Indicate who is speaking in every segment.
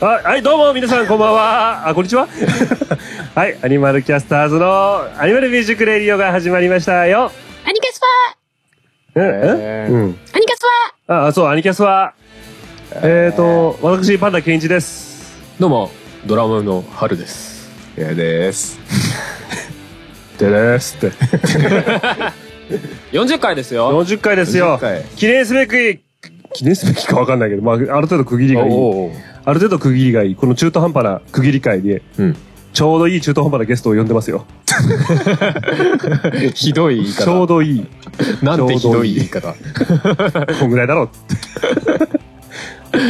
Speaker 1: はい、はい、どうも皆さんこんばんは。あ、こんにちは。 はい、アニマルキャスターズのアニマルミュージックレディオが始まりましたよ。
Speaker 2: アニキャス
Speaker 1: うん、
Speaker 3: えー
Speaker 1: うん。
Speaker 2: はアニキャスは
Speaker 1: あ、あそう、アニキャスは、えーと、私、パンダケンイチです。
Speaker 4: どうもドラムの春です
Speaker 3: やです。でです って。
Speaker 4: 40回ですよ
Speaker 1: 40回ですよ
Speaker 3: 40回。
Speaker 1: 記念すべき、記念すべきかわかんないけど、まあ、ある程度区切りがいい。
Speaker 4: おー
Speaker 1: ある程度区切りがいい。この中途半端な区切り会で、
Speaker 4: うん
Speaker 1: ちょうどいい中途半端なゲストを呼んでますよ。
Speaker 4: ひどい言い
Speaker 1: ちょう
Speaker 4: 方
Speaker 1: どいい。
Speaker 4: なんてひどい言い方
Speaker 1: こんぐらいだろ うっ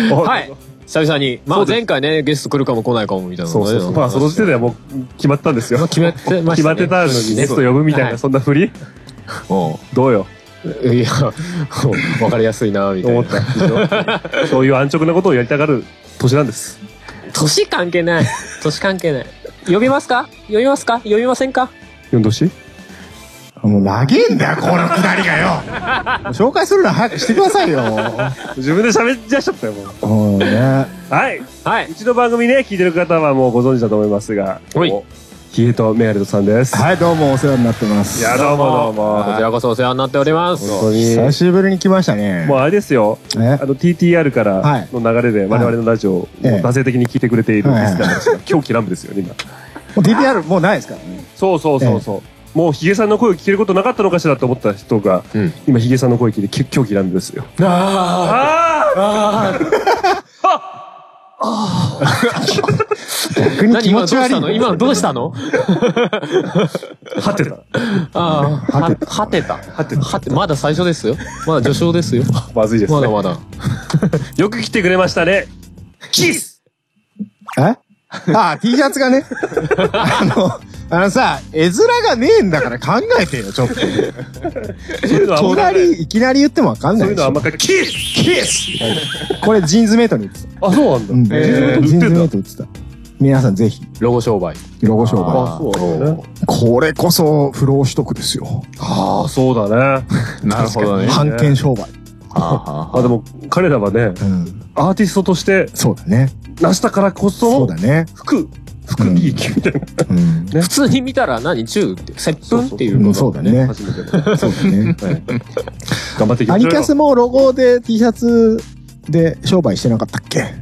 Speaker 1: て。お
Speaker 4: はい久々にま
Speaker 1: そう
Speaker 4: あ
Speaker 1: です
Speaker 4: 前回ねゲスト来るかも来ないかもみたいな
Speaker 1: そうそうそう。まあ、その時点ではもう決まったんですよ。
Speaker 4: 決まってまし
Speaker 1: 決ま
Speaker 4: たね
Speaker 1: ってたのにゲスト呼ぶみたいな、
Speaker 4: はい
Speaker 1: そんなふり
Speaker 4: お
Speaker 1: どうよ。
Speaker 4: ういやわかりやすいなみた
Speaker 1: 思
Speaker 4: い
Speaker 1: っ
Speaker 4: な
Speaker 1: た でしょ。そういう安直なことをやりたがる年なんです。
Speaker 4: 年関係ない年関係ない呼びますか呼びますか呼びませんか
Speaker 1: 読んでほしい
Speaker 3: もう長えんだよ、このくだりがよ。紹介するの早くしてくださいよ。
Speaker 1: 自分で喋っちゃっちゃったよ、もう。
Speaker 3: もうね。
Speaker 1: はいう
Speaker 4: はいう
Speaker 1: ちの番組ね、聞いてる方はもうご存知だと思いますが、
Speaker 4: はい
Speaker 1: おヒゲとメガネとさんです。
Speaker 3: はい、どうもお世話になってま
Speaker 1: い
Speaker 3: す。
Speaker 1: や、どうもどうも。
Speaker 4: こちらこそお世話になっております
Speaker 1: 本当に。
Speaker 3: 久しぶりに来ましたね。
Speaker 1: もうあれですよ、あ
Speaker 3: ね
Speaker 1: の TTR からの流れで我々のラジオを
Speaker 3: ええ
Speaker 1: 惰性的に聞いてくれているリスナーたちが狂気乱舞ですよね、今。
Speaker 3: もう DPR もうないですからね。
Speaker 1: そうそうそうそう。もうヒゲさんの声を聞けることなかったのかしらと思った人が、
Speaker 4: うん
Speaker 1: 今ヒゲさんの声聞いてき狂気乱舞ですよ。
Speaker 4: あ
Speaker 1: ああ
Speaker 3: 逆に気
Speaker 4: 何今どう
Speaker 3: 持ち悪
Speaker 4: し
Speaker 3: い
Speaker 4: たの今どうしたの
Speaker 1: はてた。
Speaker 4: ああ、は、はてた。はてた。まだ最初ですよ。まだ序章ですよ。
Speaker 1: まずいです
Speaker 4: ま
Speaker 1: ね。
Speaker 4: だまだ。
Speaker 1: よく来てくれましたね。キス
Speaker 3: えああ、T シャツがね。あの、あのさ、絵面がねえんだから考えてよ、ちょっと。
Speaker 1: そういうのはあんまり、
Speaker 3: 隣、いきなり言ってもわかん
Speaker 1: そ
Speaker 3: な
Speaker 1: う
Speaker 3: い
Speaker 1: いう
Speaker 3: で
Speaker 1: のは
Speaker 3: し
Speaker 1: あ
Speaker 3: ょ
Speaker 1: ん。まり、キスキス
Speaker 3: これ、ジーンズメイトに言ってた。
Speaker 1: あ、そう
Speaker 3: う
Speaker 1: な
Speaker 3: ん、
Speaker 1: んだ。えー
Speaker 3: ジーンズメ
Speaker 1: 売
Speaker 3: イ
Speaker 1: って
Speaker 3: ト売ってた。皆さんぜひ、
Speaker 4: ロゴ商売。
Speaker 3: ロゴ商
Speaker 1: た
Speaker 3: 売。
Speaker 1: あ、そうだね。
Speaker 3: これこそ不労取得ですよ。
Speaker 1: ああ、そうだね。
Speaker 4: なるほどね。
Speaker 3: 反転商売。
Speaker 1: まあでも、彼らはね、
Speaker 3: うん。
Speaker 1: アーティストとして
Speaker 3: そうだね。
Speaker 1: 成したからこ
Speaker 3: そう
Speaker 1: そ
Speaker 3: だ、ね。
Speaker 1: 服、服利益みたいな。
Speaker 3: うん。
Speaker 4: 普通に見たら何中って、接吻っていう
Speaker 3: う
Speaker 4: こ
Speaker 3: ん、
Speaker 4: と。
Speaker 3: そうだね。
Speaker 1: 初めての。
Speaker 3: そうだね。
Speaker 1: 頑張っていき
Speaker 3: ア
Speaker 1: まし
Speaker 3: ニ
Speaker 1: ょう
Speaker 3: キャ
Speaker 1: よ。
Speaker 3: スもロゴで T シャツで商売してなかったっけ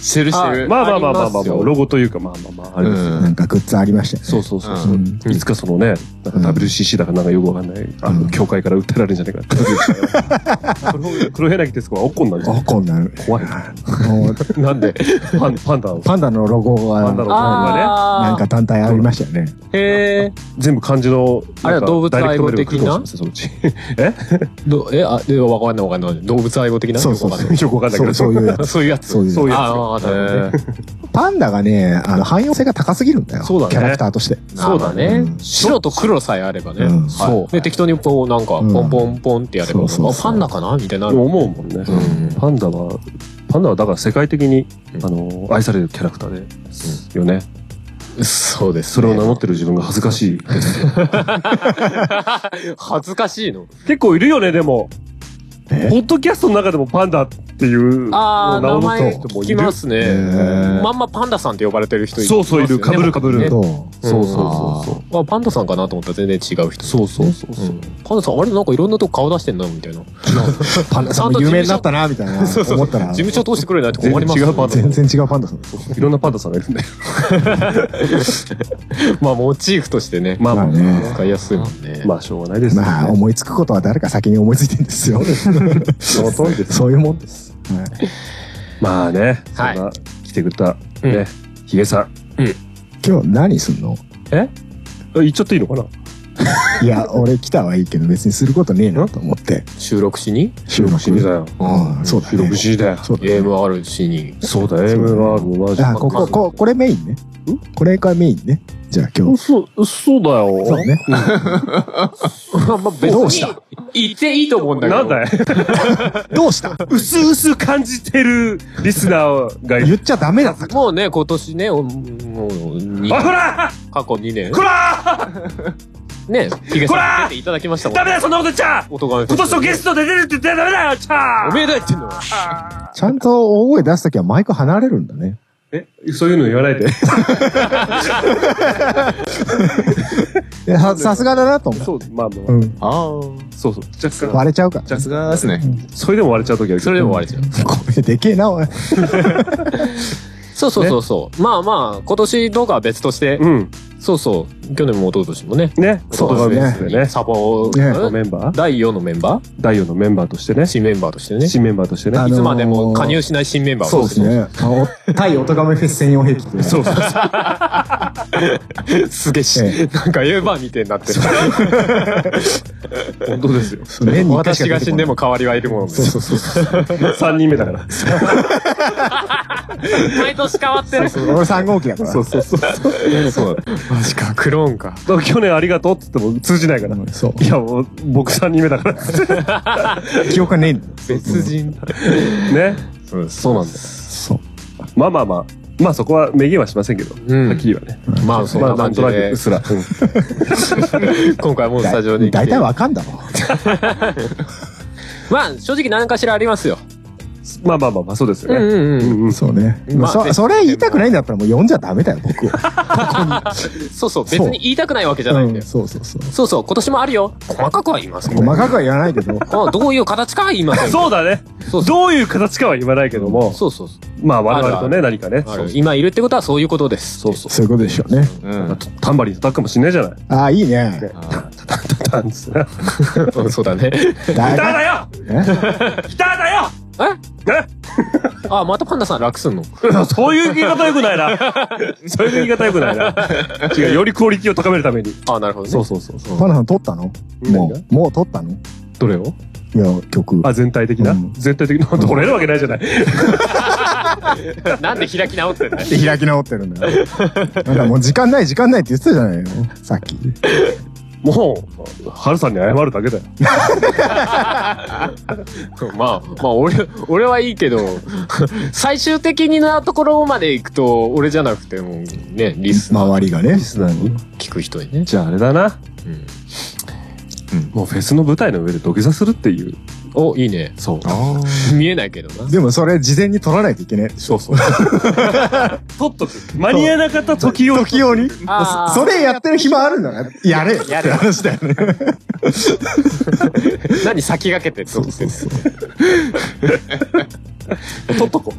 Speaker 4: してるしてる。
Speaker 1: まあまあまあまあまあ
Speaker 4: り
Speaker 1: まあ、
Speaker 4: ますよ
Speaker 1: ロゴというか、まあまあまあ、あれですよ。
Speaker 3: なんかグッズありましたよね。
Speaker 1: そうそうそうそうう。
Speaker 3: ん
Speaker 1: いつかそのね、なんか WCC だかなんかよくわかんない、あ
Speaker 3: う
Speaker 1: の、
Speaker 3: ん
Speaker 1: 協会から訴えられるんじゃないかな。黒黒柳徹子は怒んなんじゃない
Speaker 3: あ、こう なる。
Speaker 1: 怖い
Speaker 3: な。もう
Speaker 1: なんで、パン、パンダを
Speaker 3: パンダのロゴ
Speaker 1: パンダの
Speaker 3: が、
Speaker 4: あ
Speaker 3: なん
Speaker 4: あ
Speaker 3: か単体ありましたよね。
Speaker 4: へえ。
Speaker 1: 全部漢字の、
Speaker 4: あれは動物愛護的
Speaker 1: な
Speaker 4: な
Speaker 1: んかダイレクトメールが来るかもしれませんそのうちえ
Speaker 4: どえ、あ、で、わかんないわかんない。動物愛護的な
Speaker 3: そうそうそう
Speaker 1: よくわかんないけ
Speaker 3: そ
Speaker 1: ど。
Speaker 3: う、そう
Speaker 4: そう
Speaker 3: いうやつ。
Speaker 4: いうやつ。
Speaker 3: そういう
Speaker 1: そういう
Speaker 3: や
Speaker 1: や
Speaker 4: ああ、わかったね。
Speaker 3: つ。パンダがね、あの、汎用性が高すぎるんだよ。
Speaker 1: そうだね
Speaker 3: キャラクターとして。
Speaker 4: そうだ
Speaker 3: う
Speaker 4: ね
Speaker 3: ん。
Speaker 4: 白と黒さえあればね
Speaker 3: うん。
Speaker 4: そう。で、適当にこう、なんか、
Speaker 3: うん
Speaker 4: ポンポンポンってやれば、あ
Speaker 3: そうそうそう
Speaker 4: パンダかなみたいにな
Speaker 1: でも
Speaker 4: る。
Speaker 1: 思うもんね
Speaker 4: うん。
Speaker 1: パンダは、パンダはだから世界的に、あの、愛されるキャラクターで、よね。
Speaker 4: そうです
Speaker 1: そ
Speaker 4: ね。
Speaker 1: れを名乗ってる自分が恥ずかしいです。
Speaker 4: 恥ずかしいの。
Speaker 1: 結構いるよね、でも。ポ
Speaker 3: え
Speaker 1: ッドキャストの中でもパンダっていう
Speaker 4: ああ、名前
Speaker 1: 人
Speaker 4: 聞きますね。
Speaker 3: ー
Speaker 4: まんまパンダさんって呼ばれてる人います
Speaker 1: そ
Speaker 4: よ
Speaker 1: う
Speaker 4: ね
Speaker 1: そういるかぶるかぶる
Speaker 4: ね
Speaker 3: どう
Speaker 1: そうそうそうそう。
Speaker 4: あパンダさんかなと思ったら全然違う人。
Speaker 1: そうそうそうそう
Speaker 4: うんパンダさん、あれなんかいろんなとこ顔出してんな、みたいな。
Speaker 3: パンダさんも有名になったな、みたいな。 思ったら。
Speaker 4: 事務所通してくれないって困ります
Speaker 1: 全然違うパンダ
Speaker 3: 全然違うパンダさん。
Speaker 1: いろんなパンダさんがいるんだよ。
Speaker 4: まあ、モチーフとしてね。
Speaker 1: まあま
Speaker 3: まあ
Speaker 1: あ、
Speaker 3: ね。
Speaker 4: 使いやすいもんね。
Speaker 1: まあしょうがないですよね。
Speaker 3: まあ、思いつくことは誰か先に思いついてんですよ。
Speaker 1: その通りです。
Speaker 3: そういうもんです。はい
Speaker 1: まあね、そ
Speaker 4: はい
Speaker 1: んな来てくれた、
Speaker 4: うん
Speaker 1: ね、ヒゲさん。
Speaker 3: 今日何すんの
Speaker 1: えあ言っちゃっていいのかな
Speaker 3: いや、俺来たはいいけど別にすることねえなと思って。
Speaker 4: 収録しに
Speaker 3: 収録
Speaker 1: しにだよ。
Speaker 3: うん、そうだ
Speaker 1: 収
Speaker 3: ね
Speaker 1: 録。しにだよ。
Speaker 3: そうだね。
Speaker 4: AMR し に
Speaker 1: そうだ、AMR もマジ
Speaker 3: あ、ここ、こ、これメインね。これがメインね。じゃあ今日。
Speaker 1: そう、そうだよ。
Speaker 3: そうね。
Speaker 4: まあまあ別
Speaker 3: どうした
Speaker 4: に行っていいと思うんだけ
Speaker 1: な
Speaker 4: ど
Speaker 1: んだよ。
Speaker 3: どうした
Speaker 1: うすうす感じてるリスナーがい
Speaker 3: 言
Speaker 1: る。
Speaker 3: っちゃダメだったか
Speaker 4: もうね今年ねおもうに
Speaker 1: あ、ほら
Speaker 4: 過去2年
Speaker 1: こら
Speaker 4: ねヒゲ
Speaker 1: こ
Speaker 4: さん
Speaker 1: ら
Speaker 4: 出ていただきましたもん
Speaker 1: ダメだ、そんなこと言っちゃ
Speaker 4: 音が
Speaker 1: 今年のゲストで出るって言ったらダメだよ、ちゃ
Speaker 4: おめえだ言ってんの
Speaker 1: あ
Speaker 3: ちゃんと大声出すときはマイク離れるんだね。
Speaker 1: え、そういうの言わないで。
Speaker 3: いやささすがだなと思う。
Speaker 1: そう、まあまあ
Speaker 3: う。ん。
Speaker 4: あ
Speaker 1: そうそう。若干。
Speaker 3: 割れちゃうから。
Speaker 2: さすがですね。
Speaker 1: それでも割れちゃう時ある
Speaker 4: あそれでも終わりじゃん
Speaker 3: 声でけえな、おい。
Speaker 4: そうそうそうそう、まあまあ今年どうかは別として、
Speaker 1: うん。
Speaker 4: そうそう去年も一昨年もね
Speaker 1: ね。
Speaker 3: そうです
Speaker 1: ね
Speaker 4: サポ
Speaker 3: ね
Speaker 4: ー、
Speaker 1: メンバー
Speaker 4: 第4のメンバー
Speaker 1: 第4のメンバーとしてね。
Speaker 4: 新メンバーとしてね
Speaker 1: 新メンバーとしてね
Speaker 3: あ。
Speaker 4: い
Speaker 3: の
Speaker 4: つまでも加入しない新メンバーを
Speaker 3: そうですね。対オトガメフェス専用兵器そ
Speaker 1: そ
Speaker 3: う
Speaker 1: うそうそう。
Speaker 4: すげえし、
Speaker 3: え
Speaker 4: なんかエヴァみたいになってる。
Speaker 1: 本当ですよ。
Speaker 3: 年に一回し
Speaker 4: 私
Speaker 3: か
Speaker 4: が
Speaker 3: 出
Speaker 4: 死
Speaker 3: てこ
Speaker 4: ん
Speaker 3: な
Speaker 4: で
Speaker 3: い
Speaker 4: も代わりはいるもの
Speaker 3: そうそうそうそう。
Speaker 1: 3人目だから。
Speaker 4: 毎年変わってる。
Speaker 3: 俺3号機だから。
Speaker 1: そうそうそう。
Speaker 4: そうマジか、クローンか。
Speaker 1: 去年ありがとうって言っても通じないから。
Speaker 3: うんそう。
Speaker 1: いや、もう僕3人目だから。
Speaker 3: 記憶がねえんだよ。
Speaker 4: 別人。
Speaker 1: ね。
Speaker 4: そうそうなんだよ。
Speaker 3: そう。
Speaker 1: まあまあまあ。まあそこは明言はしませんけど。
Speaker 4: うん
Speaker 1: はっきりはね。
Speaker 4: まあ、そん
Speaker 1: ま
Speaker 4: な
Speaker 1: あな
Speaker 4: 感
Speaker 1: ん
Speaker 4: じ
Speaker 1: となくう
Speaker 4: で
Speaker 1: っ、すら。
Speaker 4: 今回もスタジオに来て。
Speaker 3: 大体わかんだろ。
Speaker 4: まあ、正直何かしらありますよ。
Speaker 1: まあまあまあまあ、そうですよね。
Speaker 4: ん
Speaker 1: うんうん。
Speaker 3: そうね。
Speaker 4: まあ
Speaker 3: そそれ言いたくないんだったらもう読んじゃダメだよ、僕を。
Speaker 4: そうそう、別
Speaker 3: そう
Speaker 4: に言いたくないわけじゃないんだ
Speaker 3: うん
Speaker 4: よ。
Speaker 3: そうそうそう。
Speaker 4: そうそう、今年もあるよ。細かくは言いません。
Speaker 3: 細かくは言わないけど。
Speaker 4: あどういう形かは言いません。
Speaker 1: そうだね。
Speaker 4: そうそう
Speaker 1: どういう形かは言わないけども、
Speaker 4: そうそうそう。
Speaker 1: まあ我々とね、何かね、
Speaker 4: あ
Speaker 1: そう
Speaker 4: る今いるってことはそういうことです。そうそう。
Speaker 3: そういうことでしょうね。
Speaker 2: うん。
Speaker 1: タンバリン叩くかもしれないじゃない。
Speaker 3: ああ、いいね。
Speaker 1: タタンっつってなギ
Speaker 4: うんそうだね。
Speaker 1: ター
Speaker 3: だ
Speaker 1: だ
Speaker 3: い
Speaker 1: よ
Speaker 3: え
Speaker 1: ギターだよ
Speaker 4: えあ、またパンダさん楽すんの
Speaker 1: え そういう言い方よくないな。そういう言い方よくないな。違う、よりクオリティを高めるために。
Speaker 4: あ、なるほどね。
Speaker 1: そうそうそうそう。
Speaker 3: パナさん撮ったのも
Speaker 1: 何
Speaker 3: う、もう撮ったのい
Speaker 1: どれを
Speaker 3: や、曲。
Speaker 1: あ、全体的な
Speaker 3: うん
Speaker 1: 全体的な。取れるわけないじゃない。
Speaker 4: なんで 開き直ってんだよ。
Speaker 3: で開き直ってるんだよ。 なんかもう時間ない時間ないって言ってたじゃないよ。さっき。
Speaker 1: もう、ハルさんに謝るだけだよ。
Speaker 4: まあ、まあ、俺、俺はいいけど、 最終的なところまで行くと、俺じゃなくても、ね、リスナー
Speaker 3: 周りがね。
Speaker 4: 聞く人にね。
Speaker 1: じゃああれだな。
Speaker 4: うん。
Speaker 1: もうフェスの舞台の上で土下座するっていう。
Speaker 4: お、いいね。そう。見えないけどな。
Speaker 3: でもそれ事前に撮らないといけない。
Speaker 1: そう そう。取っとく。間に合わなかった時を。
Speaker 3: 時用に。
Speaker 4: あー
Speaker 3: それやってる暇あるんだならやれよって
Speaker 4: やれよ
Speaker 3: 話だよね。
Speaker 4: 何先駆けて撮ってん の
Speaker 1: 取っとこ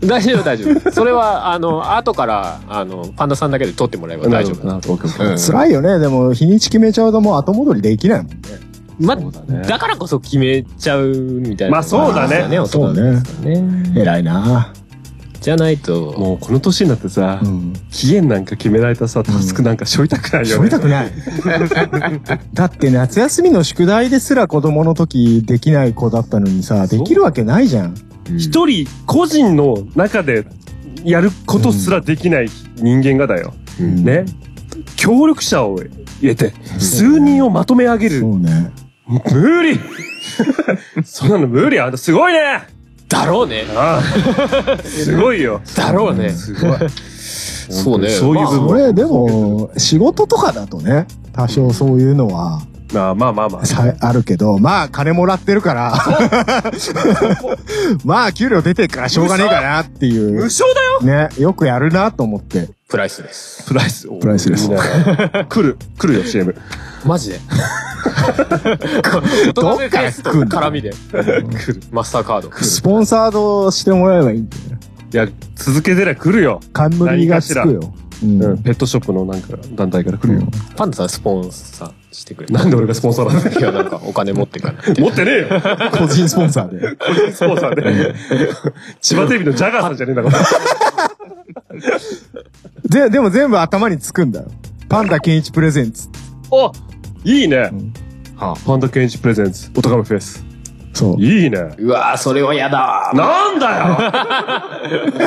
Speaker 4: 大丈夫、大丈夫。それは、あの、後から、あの、パンダさんだけで撮ってもらえば
Speaker 1: う。
Speaker 4: 大丈夫。
Speaker 1: なるほど。
Speaker 2: うん
Speaker 3: 辛いよね。でも日にち決めちゃうともう後戻りできないもんね。
Speaker 4: ま
Speaker 1: そうだね
Speaker 4: だからこそ決めちゃうみたい
Speaker 1: ま
Speaker 4: な。
Speaker 1: あそうだね
Speaker 4: お
Speaker 3: そうね。
Speaker 4: ね。
Speaker 3: 偉いな
Speaker 4: じゃないと、
Speaker 1: もうこの年になってさ、
Speaker 3: うん。
Speaker 1: 期限なんか決められたさ、タスクなんかしょいたくない
Speaker 3: し
Speaker 1: よ
Speaker 3: ょ
Speaker 1: ね。
Speaker 3: いたくない。だって夏休みの宿題ですら子供の時できない子だったのにさ、できるわけないじゃん。
Speaker 4: うん
Speaker 1: 一人個人の中でやることすらできない人間がだよ。
Speaker 4: うん
Speaker 1: ね。協力者を入れて、数人をまとめ上げる。
Speaker 3: そうね。
Speaker 1: 無理そんなの無理あんたすごいね
Speaker 4: だろうね。
Speaker 1: ああすごいよ。
Speaker 4: だろうね。
Speaker 1: すごい。
Speaker 4: そうね。
Speaker 1: そういう部分
Speaker 3: これでも仕事とかだとね、多少そういうのは
Speaker 1: まあまあまあまあ。
Speaker 3: さあるけど、まあ金もらってるから、 まあ給料出てるからしょうがねえかなってい
Speaker 1: 無
Speaker 3: う、
Speaker 1: 償だよ
Speaker 3: ね、よくやるなと思って。
Speaker 4: プライスです。
Speaker 1: プライス。
Speaker 3: プライスレス
Speaker 1: みんな来る、来るよ、CM。
Speaker 4: マジで
Speaker 3: どっから来んの
Speaker 4: 絡みで。
Speaker 1: 来る。
Speaker 4: マスターカード。
Speaker 3: スポンサードしてもらえばいいんだよ。
Speaker 1: いや、続けてりゃ来るよ。
Speaker 3: 冠がつくよ。うん
Speaker 1: うん、ペットショップのなんか団体から来るよ。
Speaker 4: パンダさんスポンサーしてくれる。
Speaker 1: なんで俺がスポンサーなんだ
Speaker 4: いや、なんかお金持ってから。
Speaker 1: 持ってねえよ
Speaker 3: 個人スポンサー で。
Speaker 1: 個人スポンサーで。 千葉テレビのジャガーさんじゃねえんだから。
Speaker 3: で、でも全部頭につくんだよ。パンダケンイチプレゼンツ。
Speaker 1: おいいね。
Speaker 4: はあ、
Speaker 1: パンダケンイチプレゼンツ、おとがめフェス。
Speaker 3: そう。
Speaker 1: いいね。
Speaker 4: うわーそれはやだ
Speaker 1: なんだ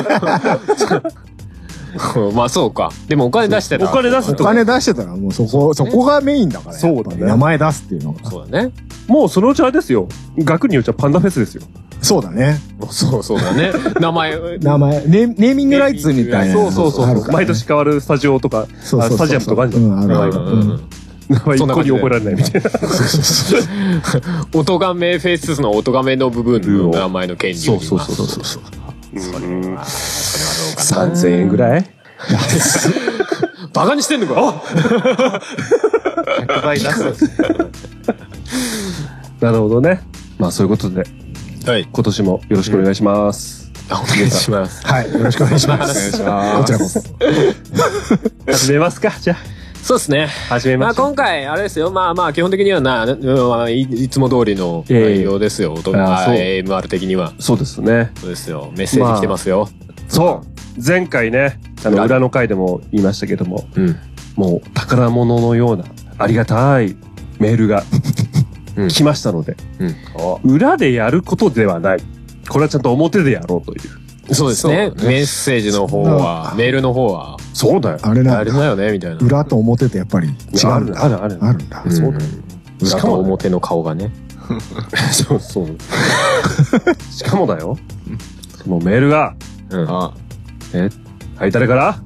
Speaker 4: ー まあそうか。でもお金出して
Speaker 1: よ
Speaker 4: た。
Speaker 1: お金出す
Speaker 3: お
Speaker 1: とか、
Speaker 3: 金出してたら、もうそこ、そこがメインだから。
Speaker 1: そうだね
Speaker 3: やっぱり名前出すっていうのが。
Speaker 4: そうだね。
Speaker 1: もうそのうちあれですよ。額によっちゃパンダフェスですよ。
Speaker 3: そうだね。
Speaker 4: そうそう だね。名前。
Speaker 3: 名前、ネネーミングライツみたいな
Speaker 1: そ
Speaker 3: の
Speaker 1: うそうそ
Speaker 3: がある
Speaker 1: う。
Speaker 3: からね。
Speaker 1: 毎年変わるスタジオとか、あス
Speaker 3: そうそうそうそう
Speaker 1: タジアムとかあるじゃ。
Speaker 3: うんん、あるある。
Speaker 4: うんうんうん
Speaker 1: 名前一
Speaker 4: そんな
Speaker 1: 個に
Speaker 4: 感じで
Speaker 1: 覚えられないみたいな。
Speaker 4: 音がめフェスの音がめの部分の名前の権利を今
Speaker 3: そうそうそう。
Speaker 1: 3000円ぐらい
Speaker 4: バカにしてんのか
Speaker 1: なるほどね。まあそういうことで、
Speaker 4: はい。
Speaker 1: 今年もよろしくお願いします。
Speaker 4: お願いします。
Speaker 3: はい、よろしくお願いしま
Speaker 1: お願い
Speaker 3: す。
Speaker 1: し
Speaker 3: こ
Speaker 1: ま
Speaker 3: ち
Speaker 1: す
Speaker 3: ら。こ そ。
Speaker 1: 始めますかじゃ
Speaker 4: そうですね。
Speaker 1: あ、始め
Speaker 4: ま
Speaker 1: ま
Speaker 4: あ
Speaker 1: しょう。
Speaker 4: 今回、あれですよ。まあまあ基本的にはな、うんまあいいつも通りの
Speaker 1: ええ
Speaker 4: 内容ですよ。音
Speaker 1: あ
Speaker 4: が
Speaker 1: そう
Speaker 4: AMR 的には。
Speaker 1: そうですね。
Speaker 4: そうですよ。メッセージ来てますよ。
Speaker 1: そう前回ね、あの、
Speaker 4: 裏
Speaker 1: 裏の回でも言いましたけども、
Speaker 4: うん。
Speaker 1: もう宝物のようなありがたいメールが
Speaker 4: うん
Speaker 1: 来ましたので、
Speaker 4: うん
Speaker 1: 裏でやることではない。これはちゃんと表でやろうという。
Speaker 4: そうですね。メッセージの方は、メールの方は、
Speaker 1: そうだよ。
Speaker 3: あれな
Speaker 4: あ
Speaker 3: ん
Speaker 4: れ
Speaker 3: だ。
Speaker 4: だよね、みたいな。
Speaker 3: 裏と表ってやっぱり違
Speaker 1: あ
Speaker 3: うん
Speaker 1: る
Speaker 3: だ。
Speaker 1: あるある。
Speaker 3: あるんだ。
Speaker 1: そう
Speaker 4: だ
Speaker 1: だよしか
Speaker 4: 裏と
Speaker 1: も、
Speaker 4: 表の顔が ね。
Speaker 1: そうそう。しかもだよ。もうメールが、
Speaker 4: うん。
Speaker 2: あ
Speaker 1: え、はい、誰から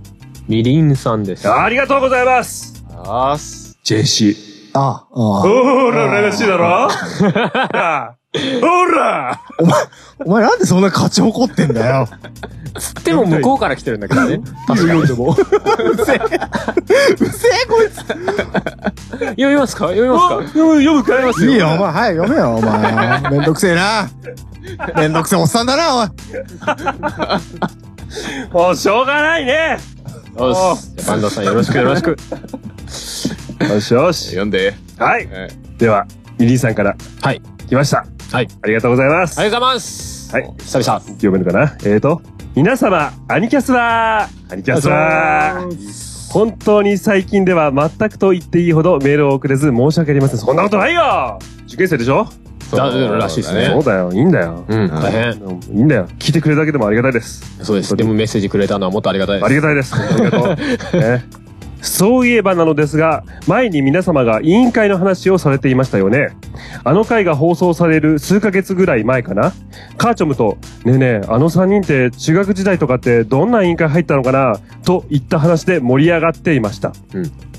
Speaker 4: みりんさんです。
Speaker 1: ありがとうございます
Speaker 2: あーす。
Speaker 1: !JC。
Speaker 3: ああ、ああ。
Speaker 1: ほら、羨ましいだろほら
Speaker 3: お前、お前なんでそんな勝ち誇ってんだよ。
Speaker 4: つっても向こうから来てるんだけ どね。
Speaker 3: 読んでも。うせえ。うせえ、こいつ。
Speaker 4: 読みますか読みますか
Speaker 1: 読む、読むかいます
Speaker 3: いいよ、お前。はい、読めよ、お 前。めんどくせえな。めんどくせえおっさんだな、おい。
Speaker 1: もうしょうがないね
Speaker 4: よし。じゃあバンドさんよろしくよろしく。
Speaker 1: よしよし。
Speaker 2: 読んで。
Speaker 1: はい。
Speaker 2: はい
Speaker 1: では、ミリンさんから。
Speaker 4: はい。
Speaker 1: 来ました。
Speaker 4: はい。
Speaker 1: ありがとうございます。
Speaker 4: ありがとうございます。
Speaker 1: はい。
Speaker 4: 久々。
Speaker 1: 読めるかなえーと、皆様、アニキャスだーアニキャスだー本当に最近では全くと言っていいほどメールを送れず申し訳ありません。そんなことないよ受験生でしょ
Speaker 4: だらしいですね
Speaker 1: そうだよ。いいんだよ。
Speaker 4: うん、大変。
Speaker 1: いいんだよ。聞いてくれるだけでもありがたいです。
Speaker 4: そうです。でもメッセージくれたのはもっとありがたいです。
Speaker 1: ありがたいです。ありがとう。ねそういえばなのですが、前に皆様が委員会の話をされていましたよね。あの回が放送される数ヶ月ぐらい前かな。カーチョムと、ねえねえ、あの3人って中学時代とかってどんな委員会入ったのかなといった話で盛り上がっていました。
Speaker 4: へ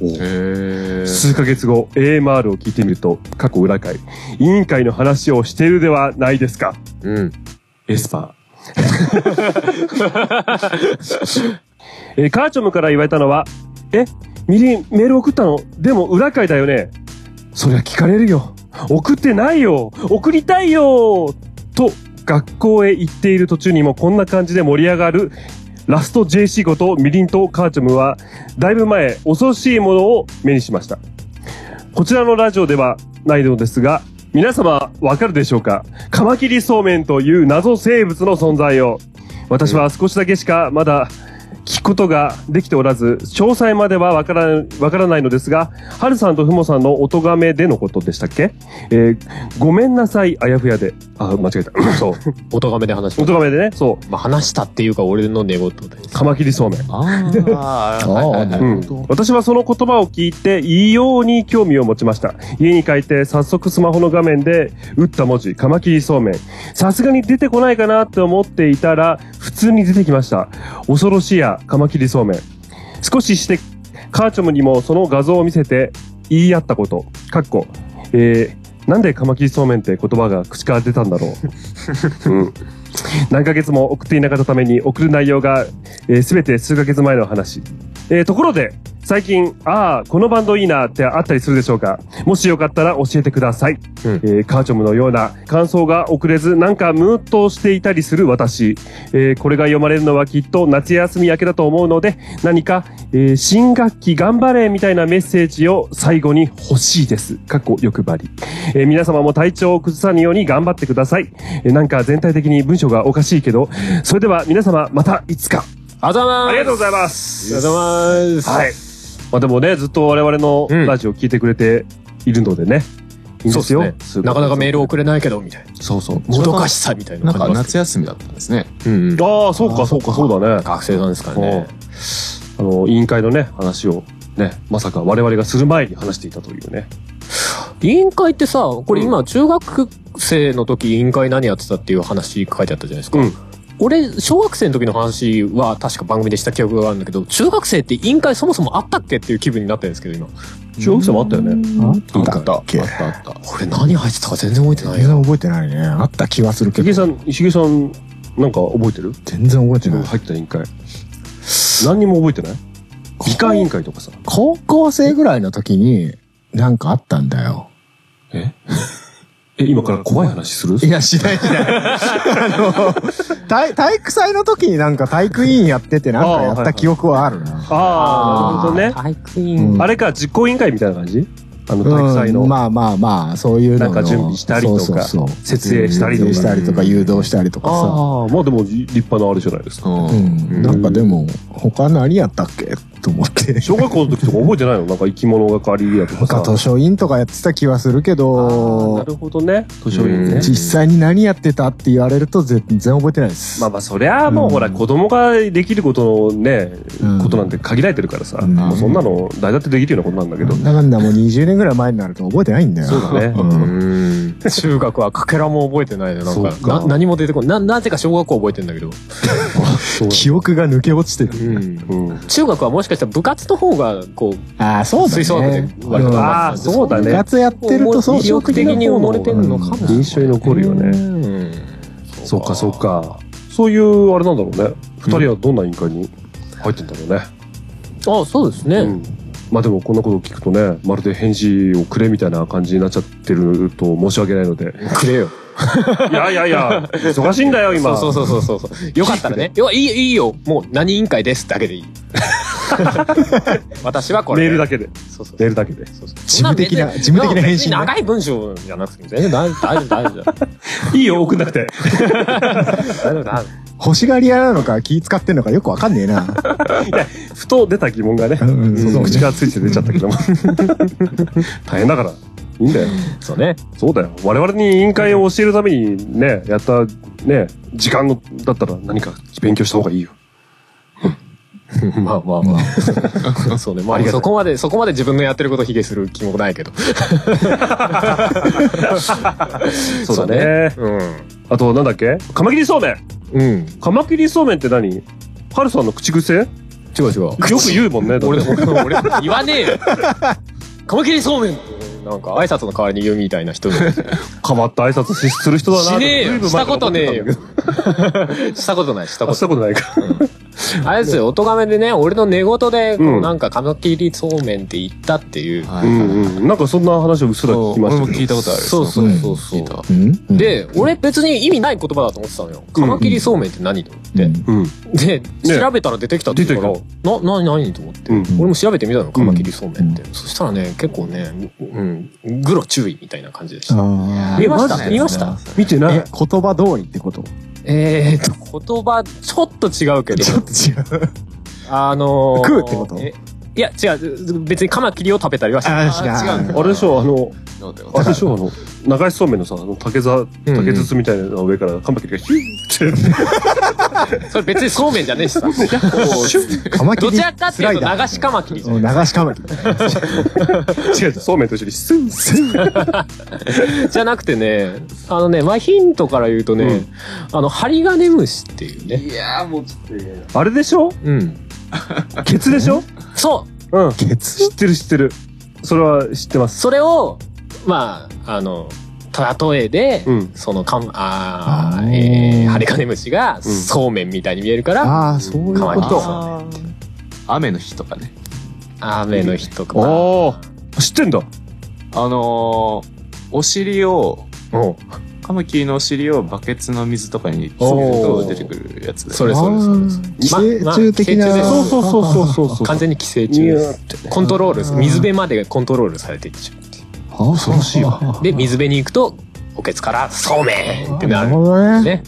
Speaker 4: ー
Speaker 1: 数ヶ月後、AMR を聞いてみると、過去裏回、委員会の話をしているではないですか。
Speaker 4: うん。
Speaker 1: エスパー。えーカーチョムから言われたのは、え、ミリンメール送ったのでも裏会だよね。そりゃ聞かれるよ。送ってないよ。送りたいよ。と、学校へ行っている途中にもこんな感じで盛り上がる。ラスト JC ことミリンとカーチョムは、だいぶ前、恐ろしいものを目にしました。こちらのラジオではないのですが、皆様わかるでしょうかカマキリそうめんという謎生物の存在を。私は少しだけしかまだ聞くことができておらず、詳細まではわからわからないのですが、ハルさんとフモさんの音がめでのことでしたっけえーごめんなさい、あやふやで。あ、間違えた。 そう。
Speaker 4: 音がめで話しま
Speaker 1: 音がめでね、そう。
Speaker 4: まあ話したっていうか俺の寝言で。
Speaker 1: カマキリそうめん。
Speaker 4: あ
Speaker 2: あーはいはいはい
Speaker 1: うん、私はその言葉を聞いて異様に興味を持ちました家に帰って早速スマホの画面で打った文字「カマキリそうめん」さすがに出てこないかなって思っていたら普通に出てきました恐ろしいやカマキリそうめん少ししてカーチョムにもその画像を見せて言い合ったことかっこえー、なんでカマキリそうめんって言葉が口から出たんだろう、うん、何ヶ月も送っていなかったために送る内容が、えー、全て数ヶ月前の話えーところで、最近、ああ、このバンドいいなってあったりするでしょうかもしよかったら教えてください。
Speaker 4: うん
Speaker 1: えーカーチョムのような感想が遅れず、なんかムーッとしていたりする私。えーこれが読まれるのはきっと夏休み明けだと思うので、何か、えー新学期頑張れみたいなメッセージを最後に欲しいです。かっこ欲張り。えー皆様も体調を崩さぬように頑張ってください。えーなんか全体的に文章がおかしいけど、それでは皆様またいつか。
Speaker 4: あざま
Speaker 1: ありがとうござい
Speaker 4: す。
Speaker 1: ます
Speaker 4: あ。りがとうございます。
Speaker 1: はい。まあでもね、ずっと我々の
Speaker 4: うん
Speaker 1: ラジオ聞いてくれているのでね。いいんですよ。
Speaker 4: そうでなかなかメール送れないけど、みたいな。
Speaker 2: そうそう。
Speaker 4: もどかしさみたい
Speaker 2: な
Speaker 4: なん
Speaker 2: か
Speaker 4: 感じます
Speaker 2: 夏休みだったんですね。
Speaker 4: けど。うんうん。
Speaker 1: ああ、そうか、そうか、そうだね。
Speaker 4: 学生なんですからね。
Speaker 1: あの、委員会のね、話をね、まさか我々がする前に話していたというね。
Speaker 4: 委員会ってさ、これ今、中学生の時委員会何やってたっていう話書いてあったじゃないですか。
Speaker 1: うん
Speaker 4: 俺、小学生の時の話は確か番組でした記憶があるんだけど、中学生って委員会そもそもあったっけっていう気分になってるんですけど、今。
Speaker 1: 中学生もあったよね。
Speaker 3: あったっけ
Speaker 2: あったあった。
Speaker 4: 俺何入ってたか全然覚えてない
Speaker 3: 全
Speaker 4: よ。
Speaker 3: 然覚えてないね。あった気はするけ
Speaker 1: ヒゲ。
Speaker 3: ど
Speaker 1: さん、石毛さん、なんか覚えてる
Speaker 3: 全然覚えてない。
Speaker 1: 入った委員会。何にも覚えてない美観委員会とかさ。
Speaker 3: 高校生ぐらいの時に、なんかあったんだよ。
Speaker 1: え、今から怖い話する
Speaker 3: いや、しないし ない。あの、体、体育祭の時になんか体育委員やっててなんかやった記憶はあるな。
Speaker 1: ああ、なるほどね。
Speaker 4: 体育委
Speaker 3: うん
Speaker 1: あれか、実行委員会みたいな感じあの、体育祭
Speaker 3: う
Speaker 1: の
Speaker 3: ん、まあまあまあ、そういうのの
Speaker 1: なんか準備したりとか
Speaker 3: そうそうそう
Speaker 1: 設営したりと
Speaker 3: 設営した
Speaker 1: か。
Speaker 3: りとか誘導したりとかさ。
Speaker 1: ああ、まあでも立派なあれじゃないですか。
Speaker 2: うん。
Speaker 3: うん、なんかでも、他何やったっけと 思って。
Speaker 1: 小学校の時とか覚えてないのなんか生き物係りやと
Speaker 3: なん
Speaker 1: か
Speaker 3: か
Speaker 1: さ。
Speaker 3: 図書委員とかやってた気はするけ
Speaker 1: な
Speaker 3: ど、
Speaker 1: るほどね。図
Speaker 2: 書委員ね
Speaker 3: 実際に何やってたって言われると全然覚えてないです。
Speaker 1: まあまあ、そりゃあもうほら、
Speaker 3: うん
Speaker 1: 子供ができることのね、
Speaker 3: うん
Speaker 1: ことなんて限られてるからさ、
Speaker 3: うん
Speaker 1: もうそんなの誰だってできるようなことなんだけど。
Speaker 3: なんだかんだもう20年ぐらい前になると覚えてないんだよ。
Speaker 1: そうだね
Speaker 3: ん
Speaker 4: 中学はかけらも覚えてないで、なん
Speaker 1: そう
Speaker 4: か
Speaker 1: か
Speaker 4: な何も出てこない。な、なぜか小学校覚えてんだけど。
Speaker 1: そう
Speaker 3: 記憶が抜け落ちてる。
Speaker 1: うん。
Speaker 4: 中学はもしかしたら部活の方が、こう、
Speaker 3: ああ、そうだね。
Speaker 4: 吹奏楽で割と
Speaker 3: うん
Speaker 1: ああ、そうだ
Speaker 3: 部
Speaker 1: ね。
Speaker 3: 活やってるとそう
Speaker 4: 記憶的に埋もれてるのかもしれない。
Speaker 1: 印象に残るよね。
Speaker 4: うん。
Speaker 1: そうか、そうか。そういう、あれなんだろうね。二人はどんな委員会に入ってんだろうね。
Speaker 4: あそうですね。
Speaker 1: うんまあでもこんなことを聞くとね、まるで返事をくれみたいな感じになっちゃってると申し訳ないの で。
Speaker 4: くれよ。
Speaker 1: いやいやいや、忙しいんだよ、今。
Speaker 4: そうそうそうそうそう。よかったらね。よ、 いいよ、いいよ。もう何委員会ですだけで いい。私はこれ。
Speaker 1: メールだ
Speaker 4: け。
Speaker 1: けで。
Speaker 4: そうそう
Speaker 1: メールだけで。
Speaker 4: そうそう。
Speaker 3: 事務的な事務的な返信ね
Speaker 4: そんな別に長い文章じゃなくても全然大丈夫、大丈夫、大丈夫。
Speaker 1: いいよ、送んなくて。
Speaker 4: 大丈夫、 大丈
Speaker 3: 欲しがり屋なのか気使ってんのかよくわかんねえな。
Speaker 1: ふと出た疑問がね、
Speaker 3: うんうん
Speaker 1: そうそう口がついて出ちゃったけども。 大変だから。いいんだよ。
Speaker 4: 夫。そうね。
Speaker 1: そうだよ。我々に委員会を教えるためにね、やった、ね、時間のだったら何か勉強した方がいいよ。
Speaker 4: まあまあ まあ。そうね。まあ、そこまで、そこまで自分のやってることを卑下する気もないけ ど。
Speaker 1: そうだねあと、なんだっけカマキリそうめん
Speaker 4: うん。うん。
Speaker 1: カマキリそうめんって何ハルさんの口癖よ
Speaker 4: 違う違う。
Speaker 1: く言うもんね。だって
Speaker 4: 俺、俺、俺、言わね えよ。カマキリそうめんってなんか挨拶の代わりに言うみたいな 人
Speaker 1: 変わった挨拶しする人だな
Speaker 4: しねえよ
Speaker 1: 随分前から思ってたんだけど
Speaker 4: したことない、した
Speaker 1: あ
Speaker 4: こ
Speaker 1: し
Speaker 4: と
Speaker 1: たことないか。
Speaker 4: ない。あれですよ、おとがめでね、俺の寝言で、こ
Speaker 1: うん
Speaker 4: うなんか、カマキリそうめんって言ったっていう。
Speaker 2: は
Speaker 1: う
Speaker 2: いはい
Speaker 1: んうん。なんかそんな話をうっすら聞きま
Speaker 2: 俺
Speaker 1: した
Speaker 2: も
Speaker 1: けど
Speaker 2: 聞いたことある。
Speaker 4: そうそうそうそう
Speaker 2: 聞いた
Speaker 3: うん、
Speaker 4: で、俺別に意味ない言葉だと思ってたのよ。カマキリそうめんって何と思って。
Speaker 1: うん。
Speaker 4: で、調べたら出てきたって言うから、な、な、なにと思って。
Speaker 1: うん
Speaker 4: 俺も調べてみたの、カマキリそうめんって。そしたらね、結構ね、うん、グロ注意みたいな感じでした。
Speaker 3: あ
Speaker 4: 見ました
Speaker 2: マジで
Speaker 4: 見ました
Speaker 1: 見て
Speaker 3: あ。
Speaker 1: ない
Speaker 3: え、。言葉通りってこと
Speaker 4: えーと、言葉、ちょっと違うけど、
Speaker 3: っと違う。
Speaker 4: あのー、
Speaker 3: 食うってこと
Speaker 4: えいや、違う、別にカマキリを食べたりはしない。
Speaker 3: あ
Speaker 2: あ
Speaker 3: あ、
Speaker 2: 違う
Speaker 3: 違
Speaker 2: ん
Speaker 3: う
Speaker 2: だ。
Speaker 1: あれでしょ、あの、
Speaker 2: そうだよ
Speaker 1: あれでしょ、あの、流しそうめんのさ、あの竹座、
Speaker 4: うん
Speaker 1: 竹筒みたいなの上からカマキリがヒューって、
Speaker 4: それ別にそうめんじゃねえしさ。
Speaker 3: カマキ
Speaker 4: ど
Speaker 3: リ
Speaker 4: ちらかって
Speaker 3: スラ
Speaker 4: い
Speaker 3: イ
Speaker 4: うと
Speaker 3: ダー。
Speaker 4: 流しカマキリじゃ
Speaker 3: う
Speaker 4: ん。
Speaker 3: ん流しカマキリ。
Speaker 1: 違う違う そうめんと一緒にスースー。
Speaker 4: じゃなくてね、あのね、まあ、ヒントから言うとね、
Speaker 1: うん
Speaker 4: あの、ハリガネムシっていうね。
Speaker 2: いやーもうちょっと嫌だ。
Speaker 1: あれでしょ
Speaker 4: うん。
Speaker 1: ケツでしょ
Speaker 4: そう
Speaker 1: うん。知
Speaker 3: ケツ
Speaker 1: ってる知ってる。それは知ってます。
Speaker 4: それを、まあ、あの、例えで、
Speaker 1: うん
Speaker 4: そのかん、あ
Speaker 3: あ
Speaker 4: ー
Speaker 3: ー
Speaker 4: えー、ハリガネムシが、
Speaker 1: ん
Speaker 4: そうめんみたいに見えるから、
Speaker 3: ああ、そういう
Speaker 4: カマ
Speaker 3: こ
Speaker 4: キリ
Speaker 3: と。
Speaker 4: そ
Speaker 2: 雨の日とかね。
Speaker 4: 雨の日とか。
Speaker 1: おー知ってんだ。
Speaker 2: あのー、お尻を、
Speaker 4: おう
Speaker 2: カマキリのお尻をバケツの水とかに注ぐ
Speaker 4: おー
Speaker 2: と出てくるやつだよ
Speaker 4: それそれそれそれ。
Speaker 3: 寄生
Speaker 4: まま
Speaker 3: 虫的な。
Speaker 4: 寄生虫
Speaker 1: そう
Speaker 4: です
Speaker 1: そうそうそうそうそう。
Speaker 4: 完全に寄生虫で
Speaker 1: いや
Speaker 4: す。コントロールです
Speaker 3: あー
Speaker 4: 水辺までコントロールされていっちゃうってい
Speaker 3: あ恐ろしいわ。
Speaker 4: う。で、水辺に行くと、おけつから、そうめんって
Speaker 3: な
Speaker 4: な
Speaker 3: る
Speaker 4: る。
Speaker 3: ほどね。
Speaker 4: ね。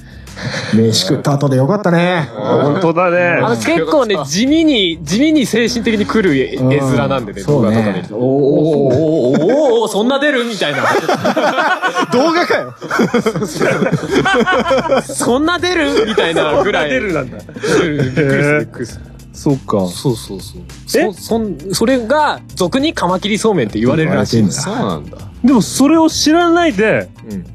Speaker 3: 飯食った後でよかったね。
Speaker 1: 本当だね。
Speaker 4: あの結構ね、地味に、地味に精神的に来る絵絵面なんでね、
Speaker 3: そ
Speaker 4: 動
Speaker 3: う
Speaker 4: 画
Speaker 3: ね
Speaker 4: とか見ると。おーおーおーおーおーおーそんな出るみ たいな。
Speaker 3: 動画かよ。
Speaker 4: そんな出るみたいなぐらい。
Speaker 1: 出るなんだ。
Speaker 4: うんびっくりするびっくりする
Speaker 1: そうか。
Speaker 4: そうそうそう。
Speaker 1: え
Speaker 4: そ、そん、それが、俗にカマキリそうめんって言われるらしいんです。
Speaker 2: そうなんだ。
Speaker 1: でもそれを知らないで
Speaker 4: うん。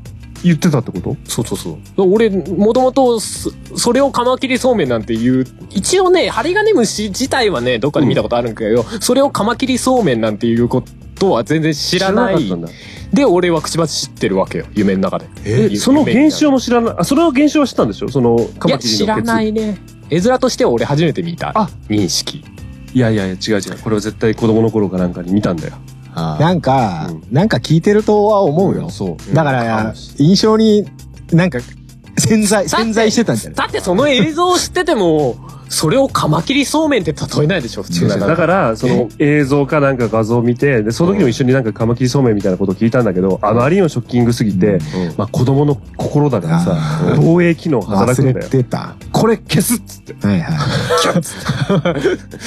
Speaker 1: 言ってたってこと
Speaker 4: そうそうそう。俺、もともと、そそれをカマキリそうめんなんて言う。一応ね、ハリガネムシ自体はね、どっかで見たことあるんだけど、それをカマキリそうめんなんていうことは全然知らない。
Speaker 1: 知らなかったんだ
Speaker 4: で、俺は口ば知ってるわけよ、夢の中で。
Speaker 1: え、
Speaker 4: ゆ
Speaker 1: その現象も知らない。あ、その現象は知ったんでしょそのカ
Speaker 4: い
Speaker 1: マ
Speaker 4: や、
Speaker 1: キリの。
Speaker 4: 知らないいね。絵面としては俺初めて見た。
Speaker 1: あ
Speaker 4: 認識。
Speaker 1: いやいやいや、違う違う。これは絶対子供の頃かなんかに見たんだよ。
Speaker 2: あ
Speaker 3: なんか
Speaker 1: うん、
Speaker 3: なんか聞いてるとは思うよ。
Speaker 1: そう。
Speaker 3: だから、印象に、なんか、潜在、潜在してたんじゃない
Speaker 4: だってその映像を知ってても、それをカマキリそうめんって例えないでしょ、普通なら
Speaker 1: だから、その映像かなんか画像を見て、で、その時も一緒になんかカマキリそうめんみたいなことを聞いたんだけど、あまりにもショッキングすぎて、まあ子供の心だから
Speaker 3: あ
Speaker 1: さ
Speaker 3: ー、
Speaker 1: 防衛機能働くん
Speaker 3: 忘
Speaker 1: だ
Speaker 3: れ
Speaker 1: よ。
Speaker 3: てた。
Speaker 1: これ消すっつって。
Speaker 3: はいはい。